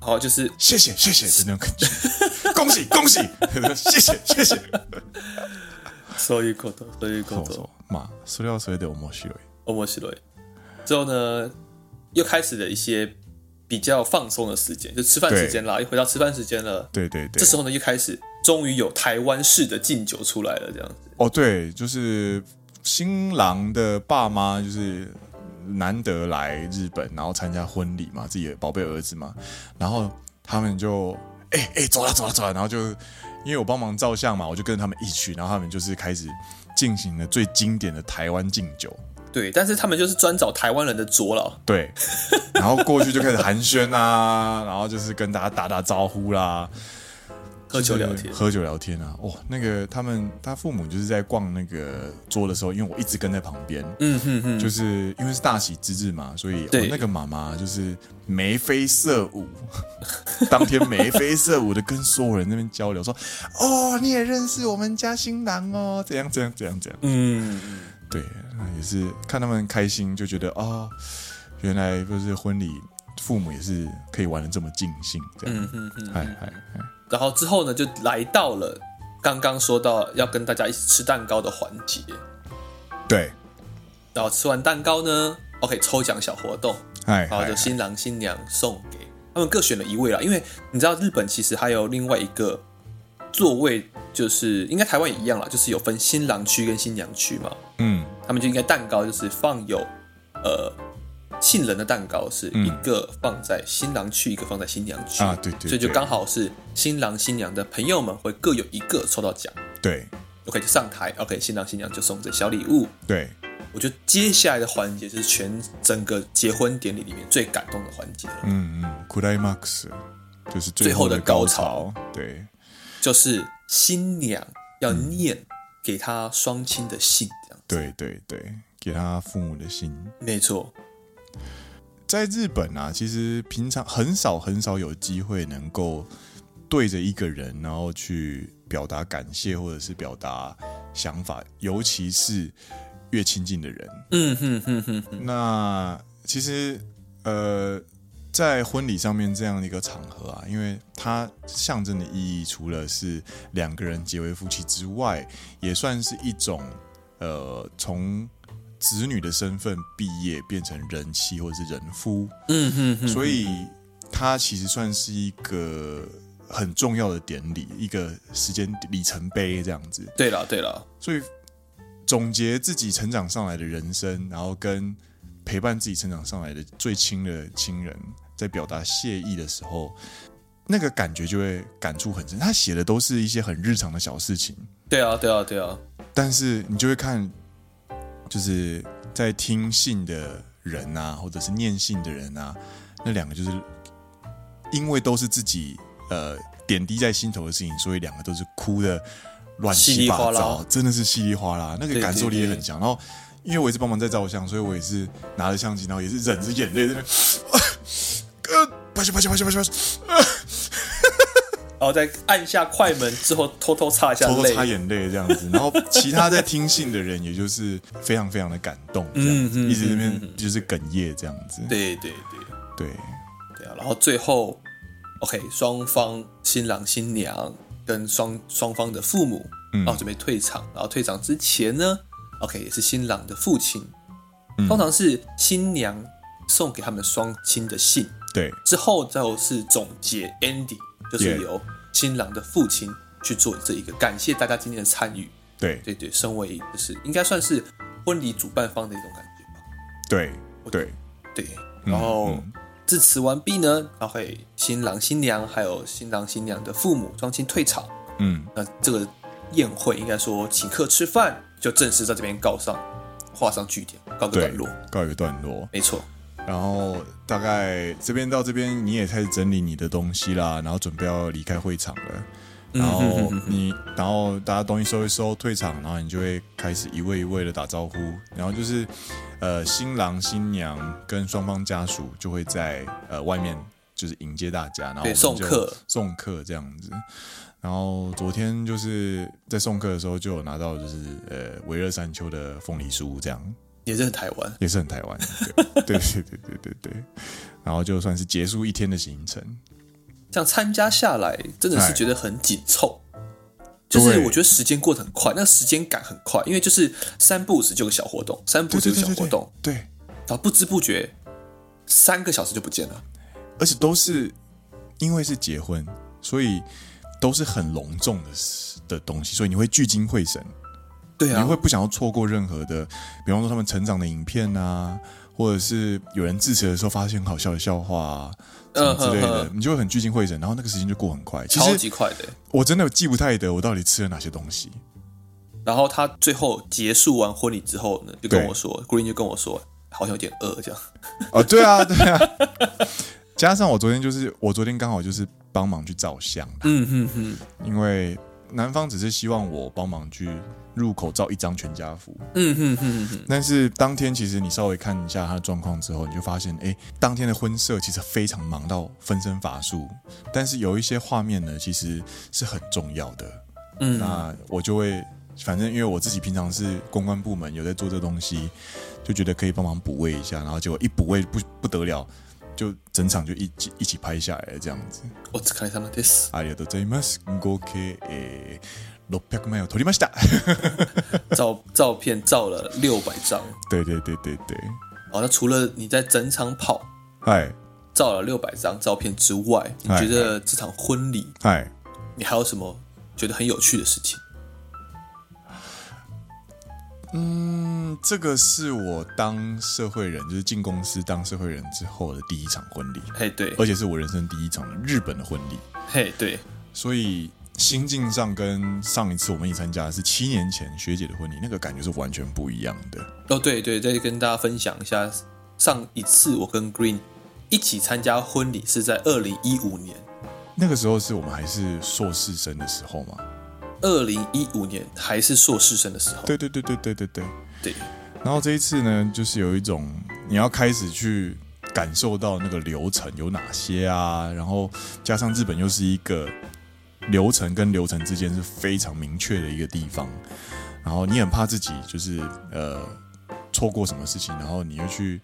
C: 然后就是
B: 谢谢谢谢的那种感觉， [laughs] 恭喜恭喜，谢谢谢谢。
C: そういうこと、そういうこ
B: 我
C: と
B: 说。妈，それはそれで面白い。
C: 面白い。之后呢，又开始了一些比较放松的时间，就吃饭时间啦，又回到吃饭时间了。
B: 对对对
C: 这，时候呢，又开始终于有台湾式的敬酒出来了，这样子。
B: 哦对，就是新郎的爸妈就是难得来日本，然后参加婚礼嘛，自己的宝贝儿子嘛，然后他们就哎哎、走了走了走了，然后就因为我帮忙照相嘛，我就跟着他们一起去，然后他们就是开始进行了最经典的台湾敬酒。
C: 对，但是他们就是专找台湾人的桌了。
B: 对， [laughs] 然后过去就开始寒暄啊， [laughs] 然后就是跟大家打打招呼啦，
C: 喝酒聊天
B: 就是喝酒聊天啊。哦，那个他们他父母就是在逛那个桌的时候，因为我一直跟在旁边，
C: 嗯哼哼，
B: 就是因为是大喜之日嘛，所以我、
C: 对
B: 那个妈妈就是眉飞色舞， [laughs] 当天眉飞色舞的跟所有人那边交流，说哦你也认识我们家新郎哦，怎样怎样怎样怎样。
C: 嗯，
B: 对，那也是看他们开心，就觉得啊、原来就是婚礼，父母也是可以玩的这么尽兴，这样。嗯嗯嗯，哎哎哎，
C: 然后之后呢，就来到了刚刚说到要跟大家一起吃蛋糕的环节。
B: 对，
C: 然后吃完蛋糕呢，OK，抽奖小活动。
B: 哎，
C: 然后
B: 哎
C: 就新郎新娘送给他们各选了一位啦，因为你知道日本其实还有另外一个座位，就是应该台湾也一样啦，就是有分新郎区跟新娘区嘛，
B: 嗯，
C: 他们就应该蛋糕就是放有呃杏仁的蛋糕是一个放在新郎区，一个放在新娘区
B: 啊对对对
C: 所以就刚好是新郎新娘的朋友们会各有一个抽到奖
B: 对
C: ，OK 就上台，OK 新郎新娘就送这小礼物。
B: 对，
C: 我觉得接下来的环节就是全整个结婚典礼里面最感动的环节了。
B: 嗯嗯，climax 就是
C: 最后的
B: 的高
C: 高潮
B: 对，
C: 就是新娘要念给她双亲的信，这样。
B: 对对对，给他父母的心。
C: 没错，
B: 在日本啊，其实平常很少很少有机会能够对着一个人，然后去表达感谢或者是表达想法，尤其是越亲近的人。
C: 嗯哼哼哼哼，
B: 那其实呃，在婚礼上面这样的一个场合啊，因为它象征的意义，除了是两个人结为夫妻之外，也算是一种呃从。子女的身份毕业变成人妻或者是人夫，
C: 嗯哼哼，
B: 所以它其实算是一个很重要的典礼，一个时间里程碑这样子。
C: 对了对了，
B: 所以总结自己成长上来的人生，然后跟陪伴自己成长上来的最亲的亲人，在表达谢意的时候，那个感觉就会感触很深。他写的都是一些很日常的小事情，
C: 对啊对啊对啊，
B: 但是你就会看，就是在听信的人啊，或者是念信的人啊，那两个就是因为都是自己呃点滴在心头的事情，所以两个都是哭的乱七八
C: 稀里哗
B: 糟，真的是稀里哗啦，那个
C: 对
B: 感受力也
C: 对
B: 很强。然后因为我也是帮忙在照相，所以我也是拿着相机，然后也是忍着眼泪在那边， [coughs] 呃，拍手拍手拍手拍手，
C: 然后再按下快门之后偷偷擦一下
B: 偷偷
C: 泪，
B: 擦眼泪这样子，然后其他在听信的人，也就是非常非常的感动，这样子，
C: 嗯嗯
B: 一直在那边就是哽咽这样子，
C: 对对对。
B: 对
C: 对啊，然后最后，OK，双方新郎新娘跟双双方的父母，
B: 嗯
C: 然后准备退场，然后退场之前呢，OK 也是新郎的父亲，
B: 嗯
C: 通常是新娘送给他们双亲的信，
B: 对
C: 之后就是总结 ending，就是
B: Yeah
C: 由新郎的父亲去做这一个感谢大家今天的参与，
B: 对
C: 对对，身为就是应该算是婚礼主办方的一种感觉吧。
B: 对对，
C: 对，然后
B: 嗯
C: 致辞完毕呢，然后会新郎新娘还有新郎新娘的父母双亲退场，
B: 嗯，
C: 那这个宴会应该说请客吃饭就正式在这边告上画上句点，告个
B: 对
C: 段落。，
B: 告一个段落，
C: 没错，
B: 然后大概这边到这边，你也开始整理你的东西啦，然后准备要离开会场了。
C: 嗯
B: 然后你，然后大家东西收一收，退场，然后你就会开始一位一位的打招呼，然后就是，呃，新郎新娘跟双方家属就会在呃外面就是迎接大家，然后我
C: 对
B: 们
C: 送
B: 就
C: 客
B: 送客这样子。然后昨天就是在送客的时候就有拿到就是呃维热山丘的凤梨酥这样，
C: 也是很台湾。
B: 也是很台
C: [laughs]
B: 湾，对对对对对对对，然后就算是结束一天的行程，
C: 这样参加下来，真的
B: 哎
C: 是觉得很紧凑。就是
B: 对
C: 我觉得时间过得很快，那个时间感很快，因为就是三不五时就有个小活动，三不
B: 对对
C: 五时有
B: 对
C: 个小
B: 对
C: 活动，
B: 对，对
C: 然后不知不觉三个小时就不见了。
B: 而且都是因为是结婚，所以都是很隆重的事的东西，所以你会聚精会神，
C: 对
B: 你
C: 啊，
B: 会不想要错过任何的，比方说他们成长的影片啊，或者是有人致辞的时候发现很好笑的笑话啊，什么之类
C: 嗯哼
B: 的，
C: 哼
B: 你就会很聚精会神，然后那个时间就过很快。其
C: 超
B: 实
C: 级快的。
B: 我真的记不太得我到底吃了哪些东西，
C: 然后他最后结束完婚礼之后呢，就跟
B: 对
C: 我说，Green 就跟我说，好像有点饿这样。
B: 哦，对啊，对啊。 [laughs] 加上我昨天就是，我昨天刚好就是帮忙去照相，
C: 嗯哼哼，
B: 因为男方只是希望我帮忙去入口照一张全家福，
C: 嗯哼哼哼，
B: 但是当天其实你稍微看一下他的状况之后，你就发现，哎，当天的婚摄其实非常忙到分身乏术，但是有一些画面呢，其实是很重要的。
C: 嗯
B: 那我就会，反正因为我自己平常是公关部门有在做这东西，就觉得可以帮忙补位一下，然后结果一补位不不得了，就整场就一起一起拍下来了这样子。
C: 我只看他们 this，
B: ありがとうございます。合計えー600枚を取りました。
C: 照 [laughs] 照片照了六百张。
B: 对对对对对，
C: 哦，那除了你在整场跑
B: 嗨
C: 照了六百张照片之外，你
B: 哎
C: 觉得这场婚礼
B: 嗨，
C: 你还有什么觉得很有趣的事情？
B: 嗯，这个是我当社会人，就是进公司当社会人之后的第一场婚礼，
C: 嘿，对，
B: 而且是我人生第一场日本的婚礼，
C: 嘿，对，
B: 所以。心境上跟上一次我们一起参加的是七年前学姐的婚礼，那个感觉是完全不一样的。
C: 哦，对对，再跟大家分享一下，上一次我跟 Green 一起参加婚礼是在二零一五年，
B: 那个时候是我们还是硕士生的时候嘛？
C: 二零一五年还是硕士生的时候，
B: 对对对对对对对。
C: 对
B: 然后这一次呢，就是有一种你要开始去感受到那个流程有哪些啊，然后加上日本又是一个流程跟流程之间是非常明确的一个地方，然后你很怕自己就是呃错呃过什么事情，然后你又去。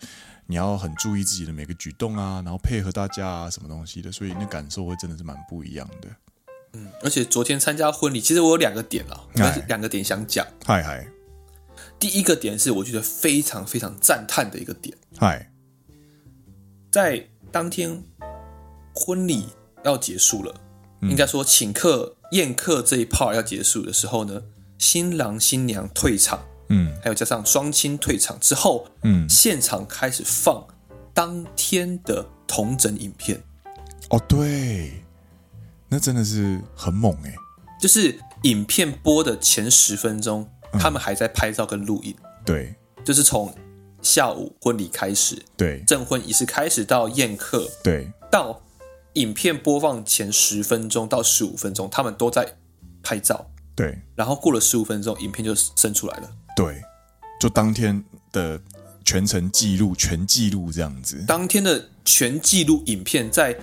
B: 你要很注意自己的每个举动啊，然后配合大家啊，什么东西的，所以那感受会真的是蛮不一样的。
C: 而且昨天参加婚礼，其实我有两个点啦，啊
B: 哎
C: 但是两个点想讲。
B: 嗨嗨
C: 第一个点是我觉得非常非常赞叹的一个点，
B: 嗨，
C: 在当天婚礼要结束了，应该说请客宴客这一 part 要结束的时候呢，新郎新娘退场，
B: 嗯
C: 还有加上双亲退场之后，
B: 嗯，
C: 现场开始放当天的同整影片，
B: 哦对，那真的是很猛哎、
C: 就是影片播的前十分钟，他们还在拍照跟录影，
B: 对
C: 就是从下午婚礼开始，
B: 对
C: 证婚仪式开始到宴客，
B: 对，
C: 到影片播放前十分钟到十五分钟，他们都在拍照，
B: 对
C: 然后过了十五分钟，影片就生出来了。
B: 对，就当天的全程记录，全记录这样子。
C: 当天的全记录影片在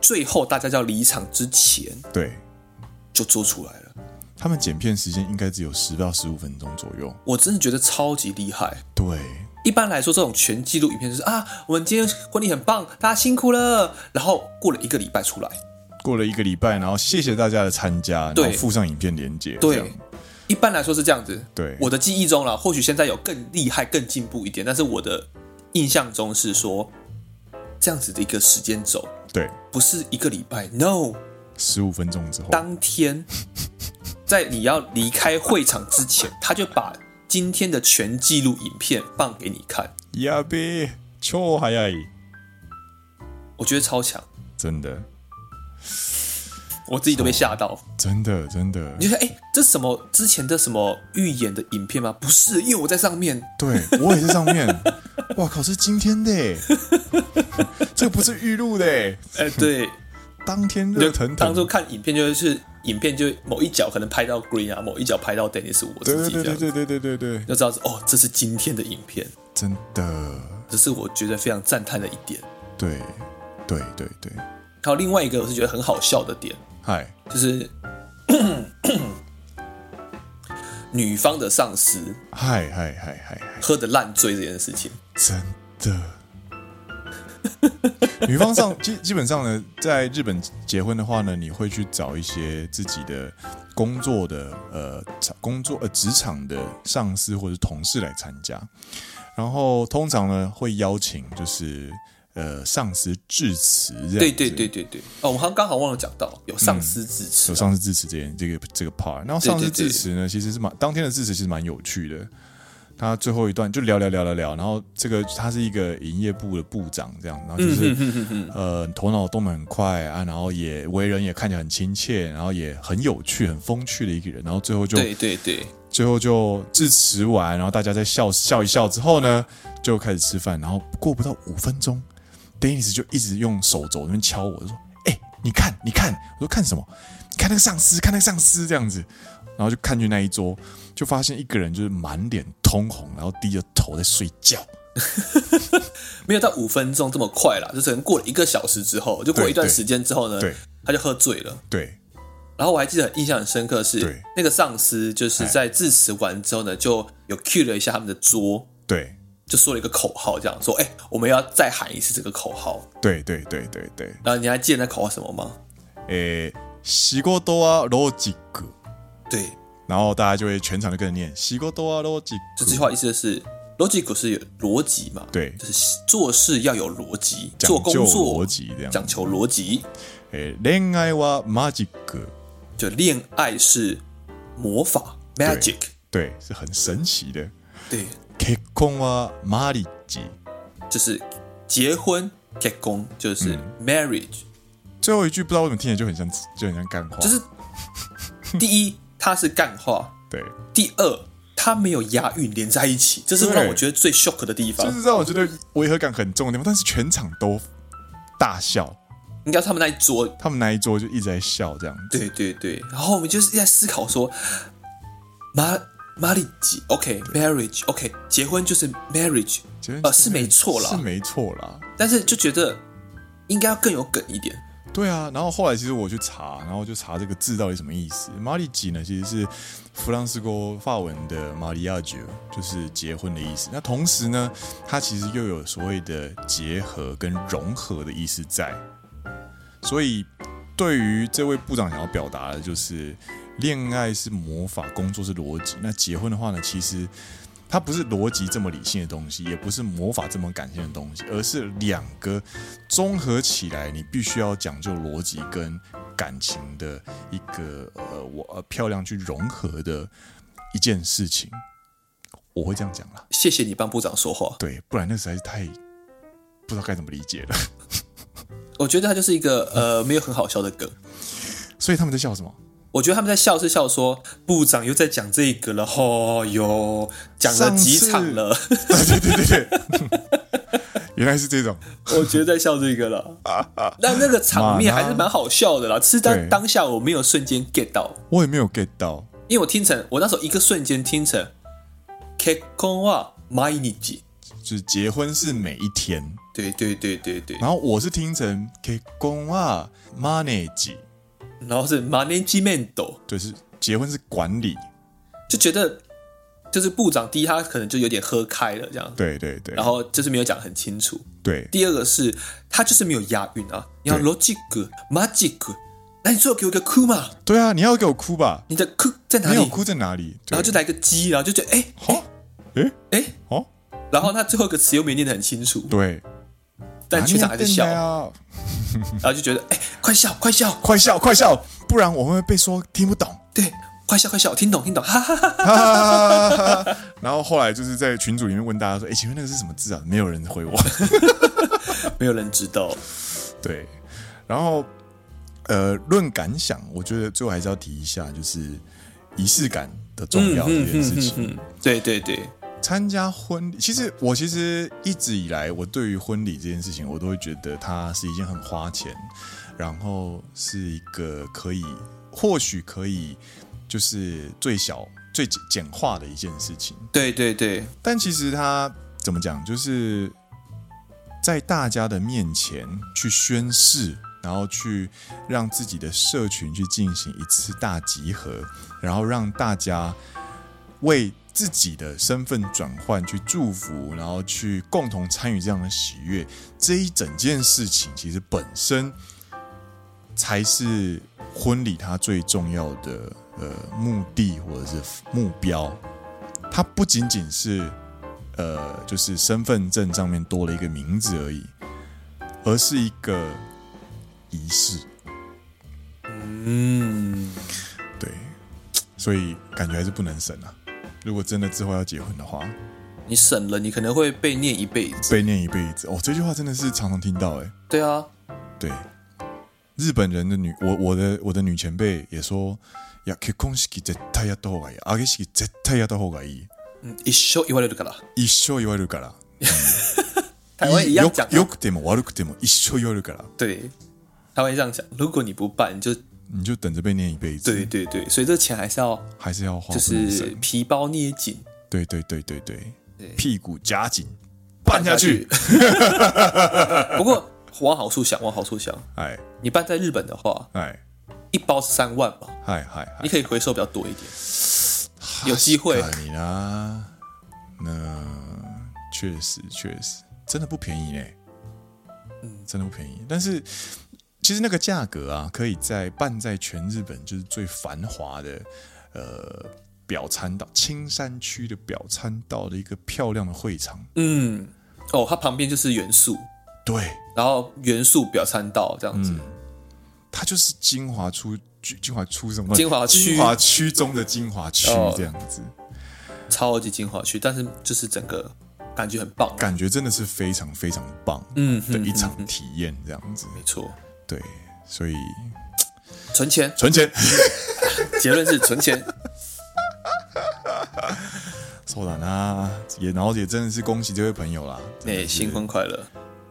C: 最后大家要离场之前
B: 对
C: 就做出来了，
B: 他们剪片时间应该只有十到十五分钟左右。
C: 我真的觉得超级厉害。
B: 对
C: 一般来说，这种全记录影片就是啊，我们今天婚礼很棒，大家辛苦了。然后过了一个礼拜出来，
B: 过了一个礼拜，然后谢谢大家的参加，然后
C: 对
B: 附上影片连接。这
C: 对
B: 样，
C: 一般来说是这样子。
B: 对
C: 我的记忆中啦，或许现在有更厉害、更进步一点，但是我的印象中是说，这样子的一个时间轴，
B: 对，
C: 不是一个礼拜，no，
B: 十五分钟之后，
C: 当天在你要离开会场之前，他就把今天的全记录影片放给你看，
B: 呀呗，超还要
C: 我觉得超强，
B: 真的
C: 我自己都被吓到。
B: 真的真的
C: 你，就想，哎、这是什么之前的什么预演的影片吗？不是，因为我在上面。
B: 对我也在上面。 [laughs] 哇靠，是今天的耶， [laughs] 这不是预录的耶，
C: 哎、对，
B: 当天
C: 你就
B: 热腾
C: 当初
B: 腾。
C: 看影片就是影片就某一角可能拍到 Green 啊，某一角拍到 Dennis 我
B: 对对
C: 自己这
B: 对
C: 样，
B: 对对对对对对，
C: 就知道是哦，这是今天的影片，
B: 真的，
C: 这是我觉得非常赞叹的一点。
B: 对对对对，
C: 还有另外一个我是觉得很好笑的点，
B: 嗨，
C: 就是 [coughs] 女方的上司
B: 嗨嗨嗨嗨嗨，
C: 喝的烂醉这件事情。
B: 真的。 [laughs] 女方上基基本上呢，在日本结婚的话呢，你会去找一些自己的工作的呃场工作呃职场的上司或者同事来参加，然后通常呢会邀请就是呃上司致辞这样子，
C: 对对对对对，哦，我好像刚好忘了讲到有上司支持
B: 有、嗯上司致辞这件这个这个 part，然后上司致辞呢，其实是蛮当天的致辞其实蛮有趣的。他最后一段就聊聊聊聊聊，然后这个他是一个营业部的部长这样，然后就是、呃头脑动得很快啊，然后也为人也看起来很亲切，然后也很有趣、很风趣的一个人，然后最后就
C: 对对对，
B: 最后就致辞完，然后大家在笑笑一笑之后呢，就开始吃饭。然后过不到五分钟，Dennis 就一直用手肘那边敲我，就说：“哎、你看，你看！”我说：“看什么？你看那个上司，看那个上司这样子。”然后就看去那一桌，就发现一个人就是满脸通红，然后低着头在睡觉。
C: 没有到五分钟这么快啦，就是可能过了一个小时之后，就过
B: 对
C: 一段
B: 对
C: 时间之后呢
B: 对，
C: 他就喝醉了。
B: 对
C: 然后我还记得很印象很深刻是
B: 对，哎
C: 那个上司就是在致辞完之后呢，就有 cue 了一下他们的桌，
B: 对
C: 就说了一个口号，这样说：“哎、我们要再喊一次这个口号。
B: 对对对对对”，
C: 然后你还记得那口号什么吗？
B: 诶、仕事はロジック。
C: 对，
B: 然后大家就会全场就跟着念“仕事はロジッ
C: 这
B: ク
C: 句话意思就是，logic 是有逻辑嘛，
B: 对
C: 就是做事要有逻辑，”，
B: 讲
C: 做工
B: 究
C: 作
B: 逻辑这样子
C: 讲求逻辑。
B: 诶，恋爱はマジック，
C: 就恋爱是魔法 magic，
B: 对，是很神奇的。
C: 对，
B: 結婚はマリッジ。
C: 就是结婚结婚就是
B: 嗯
C: marriage，、
B: 最后一句不知道为什么听起来就很像，就很像干话。
C: 就是第一它是干话，
B: 对，
C: 第二它没有押韵连在一起，这是
B: 对
C: 让我觉得最 shock 的地
B: 就
C: 方。
B: 是让我觉得违和感很重的地方。但是全场都大笑，
C: 应该他们那一桌，
B: 他们那一桌就一直在笑这样子。
C: 对对对，然后我们就是一直在思考说，马马里吉 OK，marriage OK，结婚就是 marriage，
B: 结婚
C: 呃
B: 是
C: 是没错啦
B: 是没错啦。
C: 但是就觉得应该要更有梗一点。
B: 对啊，然后后来其实我去查，然后就查这个字到底什么意思。马里吉呢，其实是弗朗斯哥法文的马里亚吉，就是结婚的意思。那同时呢，它其实又有所谓的结合跟融合的意思在。所以，对于这位部长想要表达的就是，恋爱是魔法，工作是逻辑。那结婚的话呢，其实它不是逻辑这么理性的东西，也不是魔法这么感性的东西，而是两个综合起来，你必须要讲究逻辑跟感情的一个呃，我呃漂亮去融合的一件事情。我会这样讲啦，
C: 谢谢你帮部长说话。
B: 对，不然那实在是太不知道该怎么理解了。
C: 我觉得他就是一个呃没有很好笑的梗。
B: [laughs] 所以他们在笑什么？
C: 我觉得他们在笑是笑说部长又在讲这个了，哦哟，讲了几场了，
B: 对对对对，原来是这种。
C: 我觉得在笑这
B: [laughs]
C: 个了。那那个场面还是蛮好笑的啦，只是
B: 对
C: 当当下我没有瞬间 get 到，
B: 我也没有 get 到。
C: 因为我听成我那时候一个瞬间听成 k e k o n wa mai n i j
B: 就是结婚是每一天，
C: 对对对对对，
B: 然后我是听成 k 公啊 manage，
C: 然后是 management
B: 就是结婚是管理，
C: 就觉得就是部长第一他可能就有点喝开了这样，
B: 对对对，
C: 然后就是没有讲得很清楚。
B: 对
C: 第二个是他就是没有押韵啊，你要
B: 对
C: logic magic，那你最后给我一个哭嘛，
B: 对啊，你要给我哭吧？
C: 你的哭在哪
B: 你有
C: 里？
B: 哭在哪里？对
C: 然后就来个鸡，然后就觉得哎
B: 好，诶
C: 哎、
B: 好，
C: 然后他最后一个词又没念得很清楚，
B: 对，
C: 但区长还是笑，
B: 哪里啊，
C: 然后就觉得哎、快笑快笑，
B: 快笑快笑，不然我会被说听不懂。
C: 对，快笑快笑，听懂听懂，哈哈哈哈。
B: 哈哈哈哈哈哈然后后来就是在群组里面问大家说：“哎，请问那个是什么字啊？”没有人回我。 [laughs]
C: 没有人知道，
B: 对，然后呃，论感想，我觉得最后还是要提一下，就是仪式感的重要这件事情。
C: 嗯，对对对，
B: 参加婚礼，其实我其实一直以来，我对于婚礼这件事情，我都会觉得它是一件很花钱，然后是一个可以或许可以就是最小最简简化的一件事情。
C: 对对对，
B: 但其实他怎么讲，就是在大家的面前去宣誓，然后去让自己的社群去进行一次大集合，然后让大家为自己的身份转换去祝福，然后去共同参与这样的喜悦，这一整件事情其实本身才是婚礼它最重要的呃目的或者是目标。它不仅仅是呃，就是身份证上面多了一个名字而已，而是一个仪式。
C: 嗯，
B: 对，所以感觉还是不能省啊。如果真的之后要结婚的话，
C: 你省了，你可能会被念一辈子。
B: 被念一辈子哦，这句话真的是常常听到哎、
C: 对啊，
B: 对，日本人的女，我我的我的女前辈也说，呀，结婚式絶対やった方がいい，あげ式絶対やった方がいい。
C: 嗯，一生言われるから。
B: 一生言われるから。
C: 台湾一样讲啊，
B: 良くても悪くても一生言われるから。
C: 对，台湾这样讲，如果你不办，你就
B: 你就等着被念一辈子。
C: 对对对，所以这钱还是要
B: 还是要花
C: 就
B: 不能省
C: 是皮包捏紧，
B: 对对对对对，
C: 对
B: 屁股夹紧，办下去。。
C: [laughs] 不过往好处想，往好处想，
B: 哎
C: 你办在日本的话，
B: 哎
C: 一包是三万嘛，
B: 嗨嗨
C: 你
B: 嗨，
C: 可以回收比较多一点。有机会
B: 確かに啦。那确实确实，真的不便宜嘞。嗯，真的不便宜。但是其实那个价格啊，可以在办在全日本就是最繁华的呃表参道青山区的表参道的一个漂亮的会场。
C: 嗯，哦，它旁边就是元素，
B: 对，
C: 然后元素表参道这样子，
B: 嗯它就是精华出精精华出什么
C: 精华区
B: 精华区中的精华区
C: 哦
B: 这样子，
C: 超级精华区，但是就是整个感觉很棒。
B: 感觉真的是非常非常棒
C: 嗯，
B: 的
C: 嗯
B: 一场
C: 嗯嗯
B: 体验这样子。
C: 没错，
B: 对，所以
C: 存钱，
B: 存钱， [laughs]
C: 结论是存钱。
B: そうだな，也然后也真的是恭喜这位朋友啦，真
C: 哎、
B: 的是
C: 新婚快乐！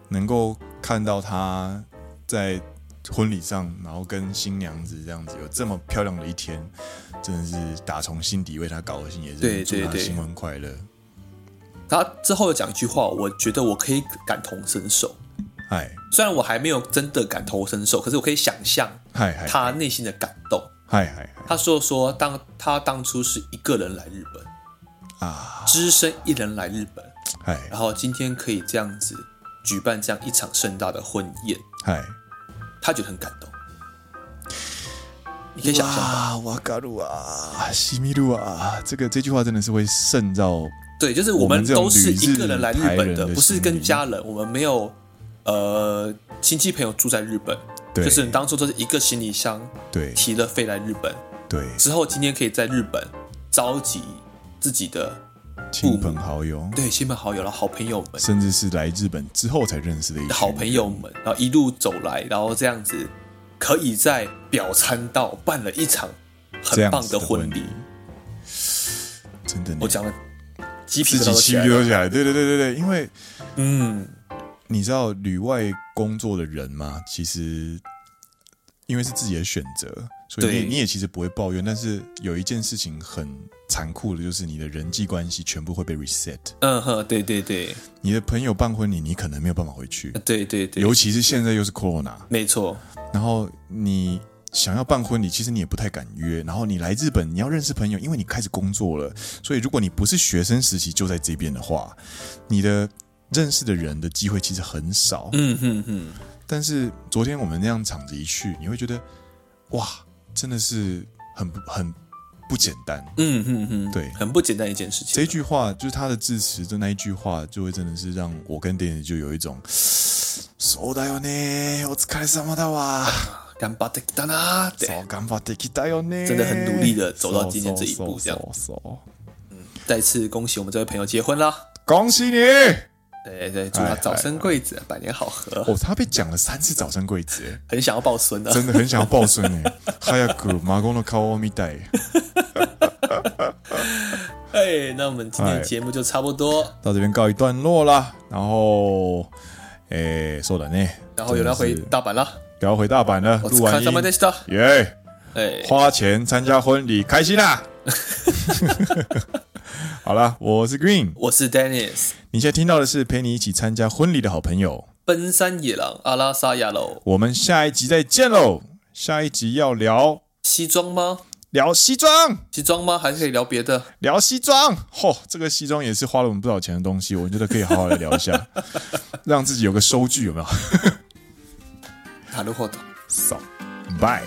B: 能够看到他在婚礼上，然后跟新娘子这样子有这么漂亮的一天，真的是打从心底为他高兴，也
C: 对
B: 是祝
C: 对
B: 他
C: 对
B: 新婚快乐。
C: 他之后有讲一句话，我觉得我可以感同身受。
B: 嗨
C: 虽然我还没有真的感同身受，可是我可以想象
B: 嗨嗨
C: 他内心的感动。
B: 嗨嗨嗨
C: 他说说当他当初是一个人来日本，
B: 啊
C: 只身一人来日本，
B: 嗨
C: 然后今天可以这样子举办这样一场盛大的婚宴，
B: 嗨。
C: 他觉得很感动。你可以想象吧，
B: 啊，哇嘎鲁啊，西米鲁啊，这个这句话真的是会渗到
C: 对，就是我
B: 我们
C: 们
B: 这种
C: 都是一个人来日
B: 旅日台
C: 本
B: 人的
C: 不是
B: 心理
C: 跟家人，我们没有呃亲戚朋友住在日本，
B: 对，
C: 就是你当初都是一个行李箱
B: 对
C: 提了飞来日本，
B: 对，
C: 之后今天可以在日本召集自己的
B: 亲朋好友，
C: 哦对亲朋好友、然后好朋友们、
B: 甚至是来日本之后才认识的一群
C: 好朋友们，然后一路走来，然后这样子可以在表参道办了一场
B: 这
C: 很
B: 样
C: 棒
B: 子
C: 的
B: 的
C: 婚礼。，
B: 真的呢，
C: 我讲的鸡皮
B: 自己
C: 疙瘩都
B: 起
C: 起
B: 鸡
C: 来
B: 皮
C: 了。
B: 都起来，对对对对对，因为
C: 嗯，
B: 你知道旅外工作的人嘛，其实因为是自己的选择，所以你也
C: 对
B: 你也其实不会抱怨。但是有一件事情很残酷的，就是你的人际关系全部会被 reset。
C: 嗯哼，对对对
B: 你的朋友办婚礼，你可能没有办法回去，
C: 对对呃对，
B: 尤其是现在又是 corona，
C: 没错，
B: 然后你想要办婚礼，其实你也不太敢约。然后你来日本，你要认识朋友，因为你开始工作了，所以如果你不是学生时期就在这边的话，你的认识的人的机会其实很少。
C: 嗯哼哼，
B: 但是昨天我们那样场子一去，你会觉得哇，真的是很不很不简单。
C: 嗯哼哼，
B: 对
C: 很不简单一件事情。啊
B: 这一句话就是他的致辞的那一句话，就会真的是让我跟店里就有一种，そうだよね、お疲れ様だわ。
C: 干巴的哒啦，对，
B: 早干法得きたよね，
C: 真的很努力地走到今天这一步这样
B: 嗖。嗖嗖嗖
C: 再次恭喜我们这位朋友结婚啦！
B: 恭喜你！
C: 对对，
B: 哎
C: 祝他早生贵子，百年好合。
B: 哦，他被讲了三次早生贵
C: [laughs]
B: 子，哎
C: 很想要抱孙的，
B: 真的很想要抱孙哎。早く孫の顔を見たい。
C: 哎，那我们今天的节目就差不多。
B: 到这边告一段落啦，然后，诶，そうだね。
C: 然后有人要回
B: 真的是
C: 大阪啦，
B: 有要回大阪了，
C: 我
B: 录完
C: 看
B: 音
C: 什么的，した。
B: 耶！
C: 哎，
B: 花钱参加婚礼，开心啦！好啦，我是 Green，
C: 我是 Dennis，
B: 你现在听到的是陪你一起参加婚礼的好朋友。
C: 奔山野狼阿拉萨亚喽，
B: 我们下一集再见喽！下一集要聊
C: 西装吗？
B: 聊西装，
C: 西装吗？还可以聊别的？
B: 聊西装。嚯、这个西装也是花了我们不少钱的东西，我觉得可以好好的聊一下，让自己有个收据，有没有？
C: 塔鲁霍特。
B: 扫，拜。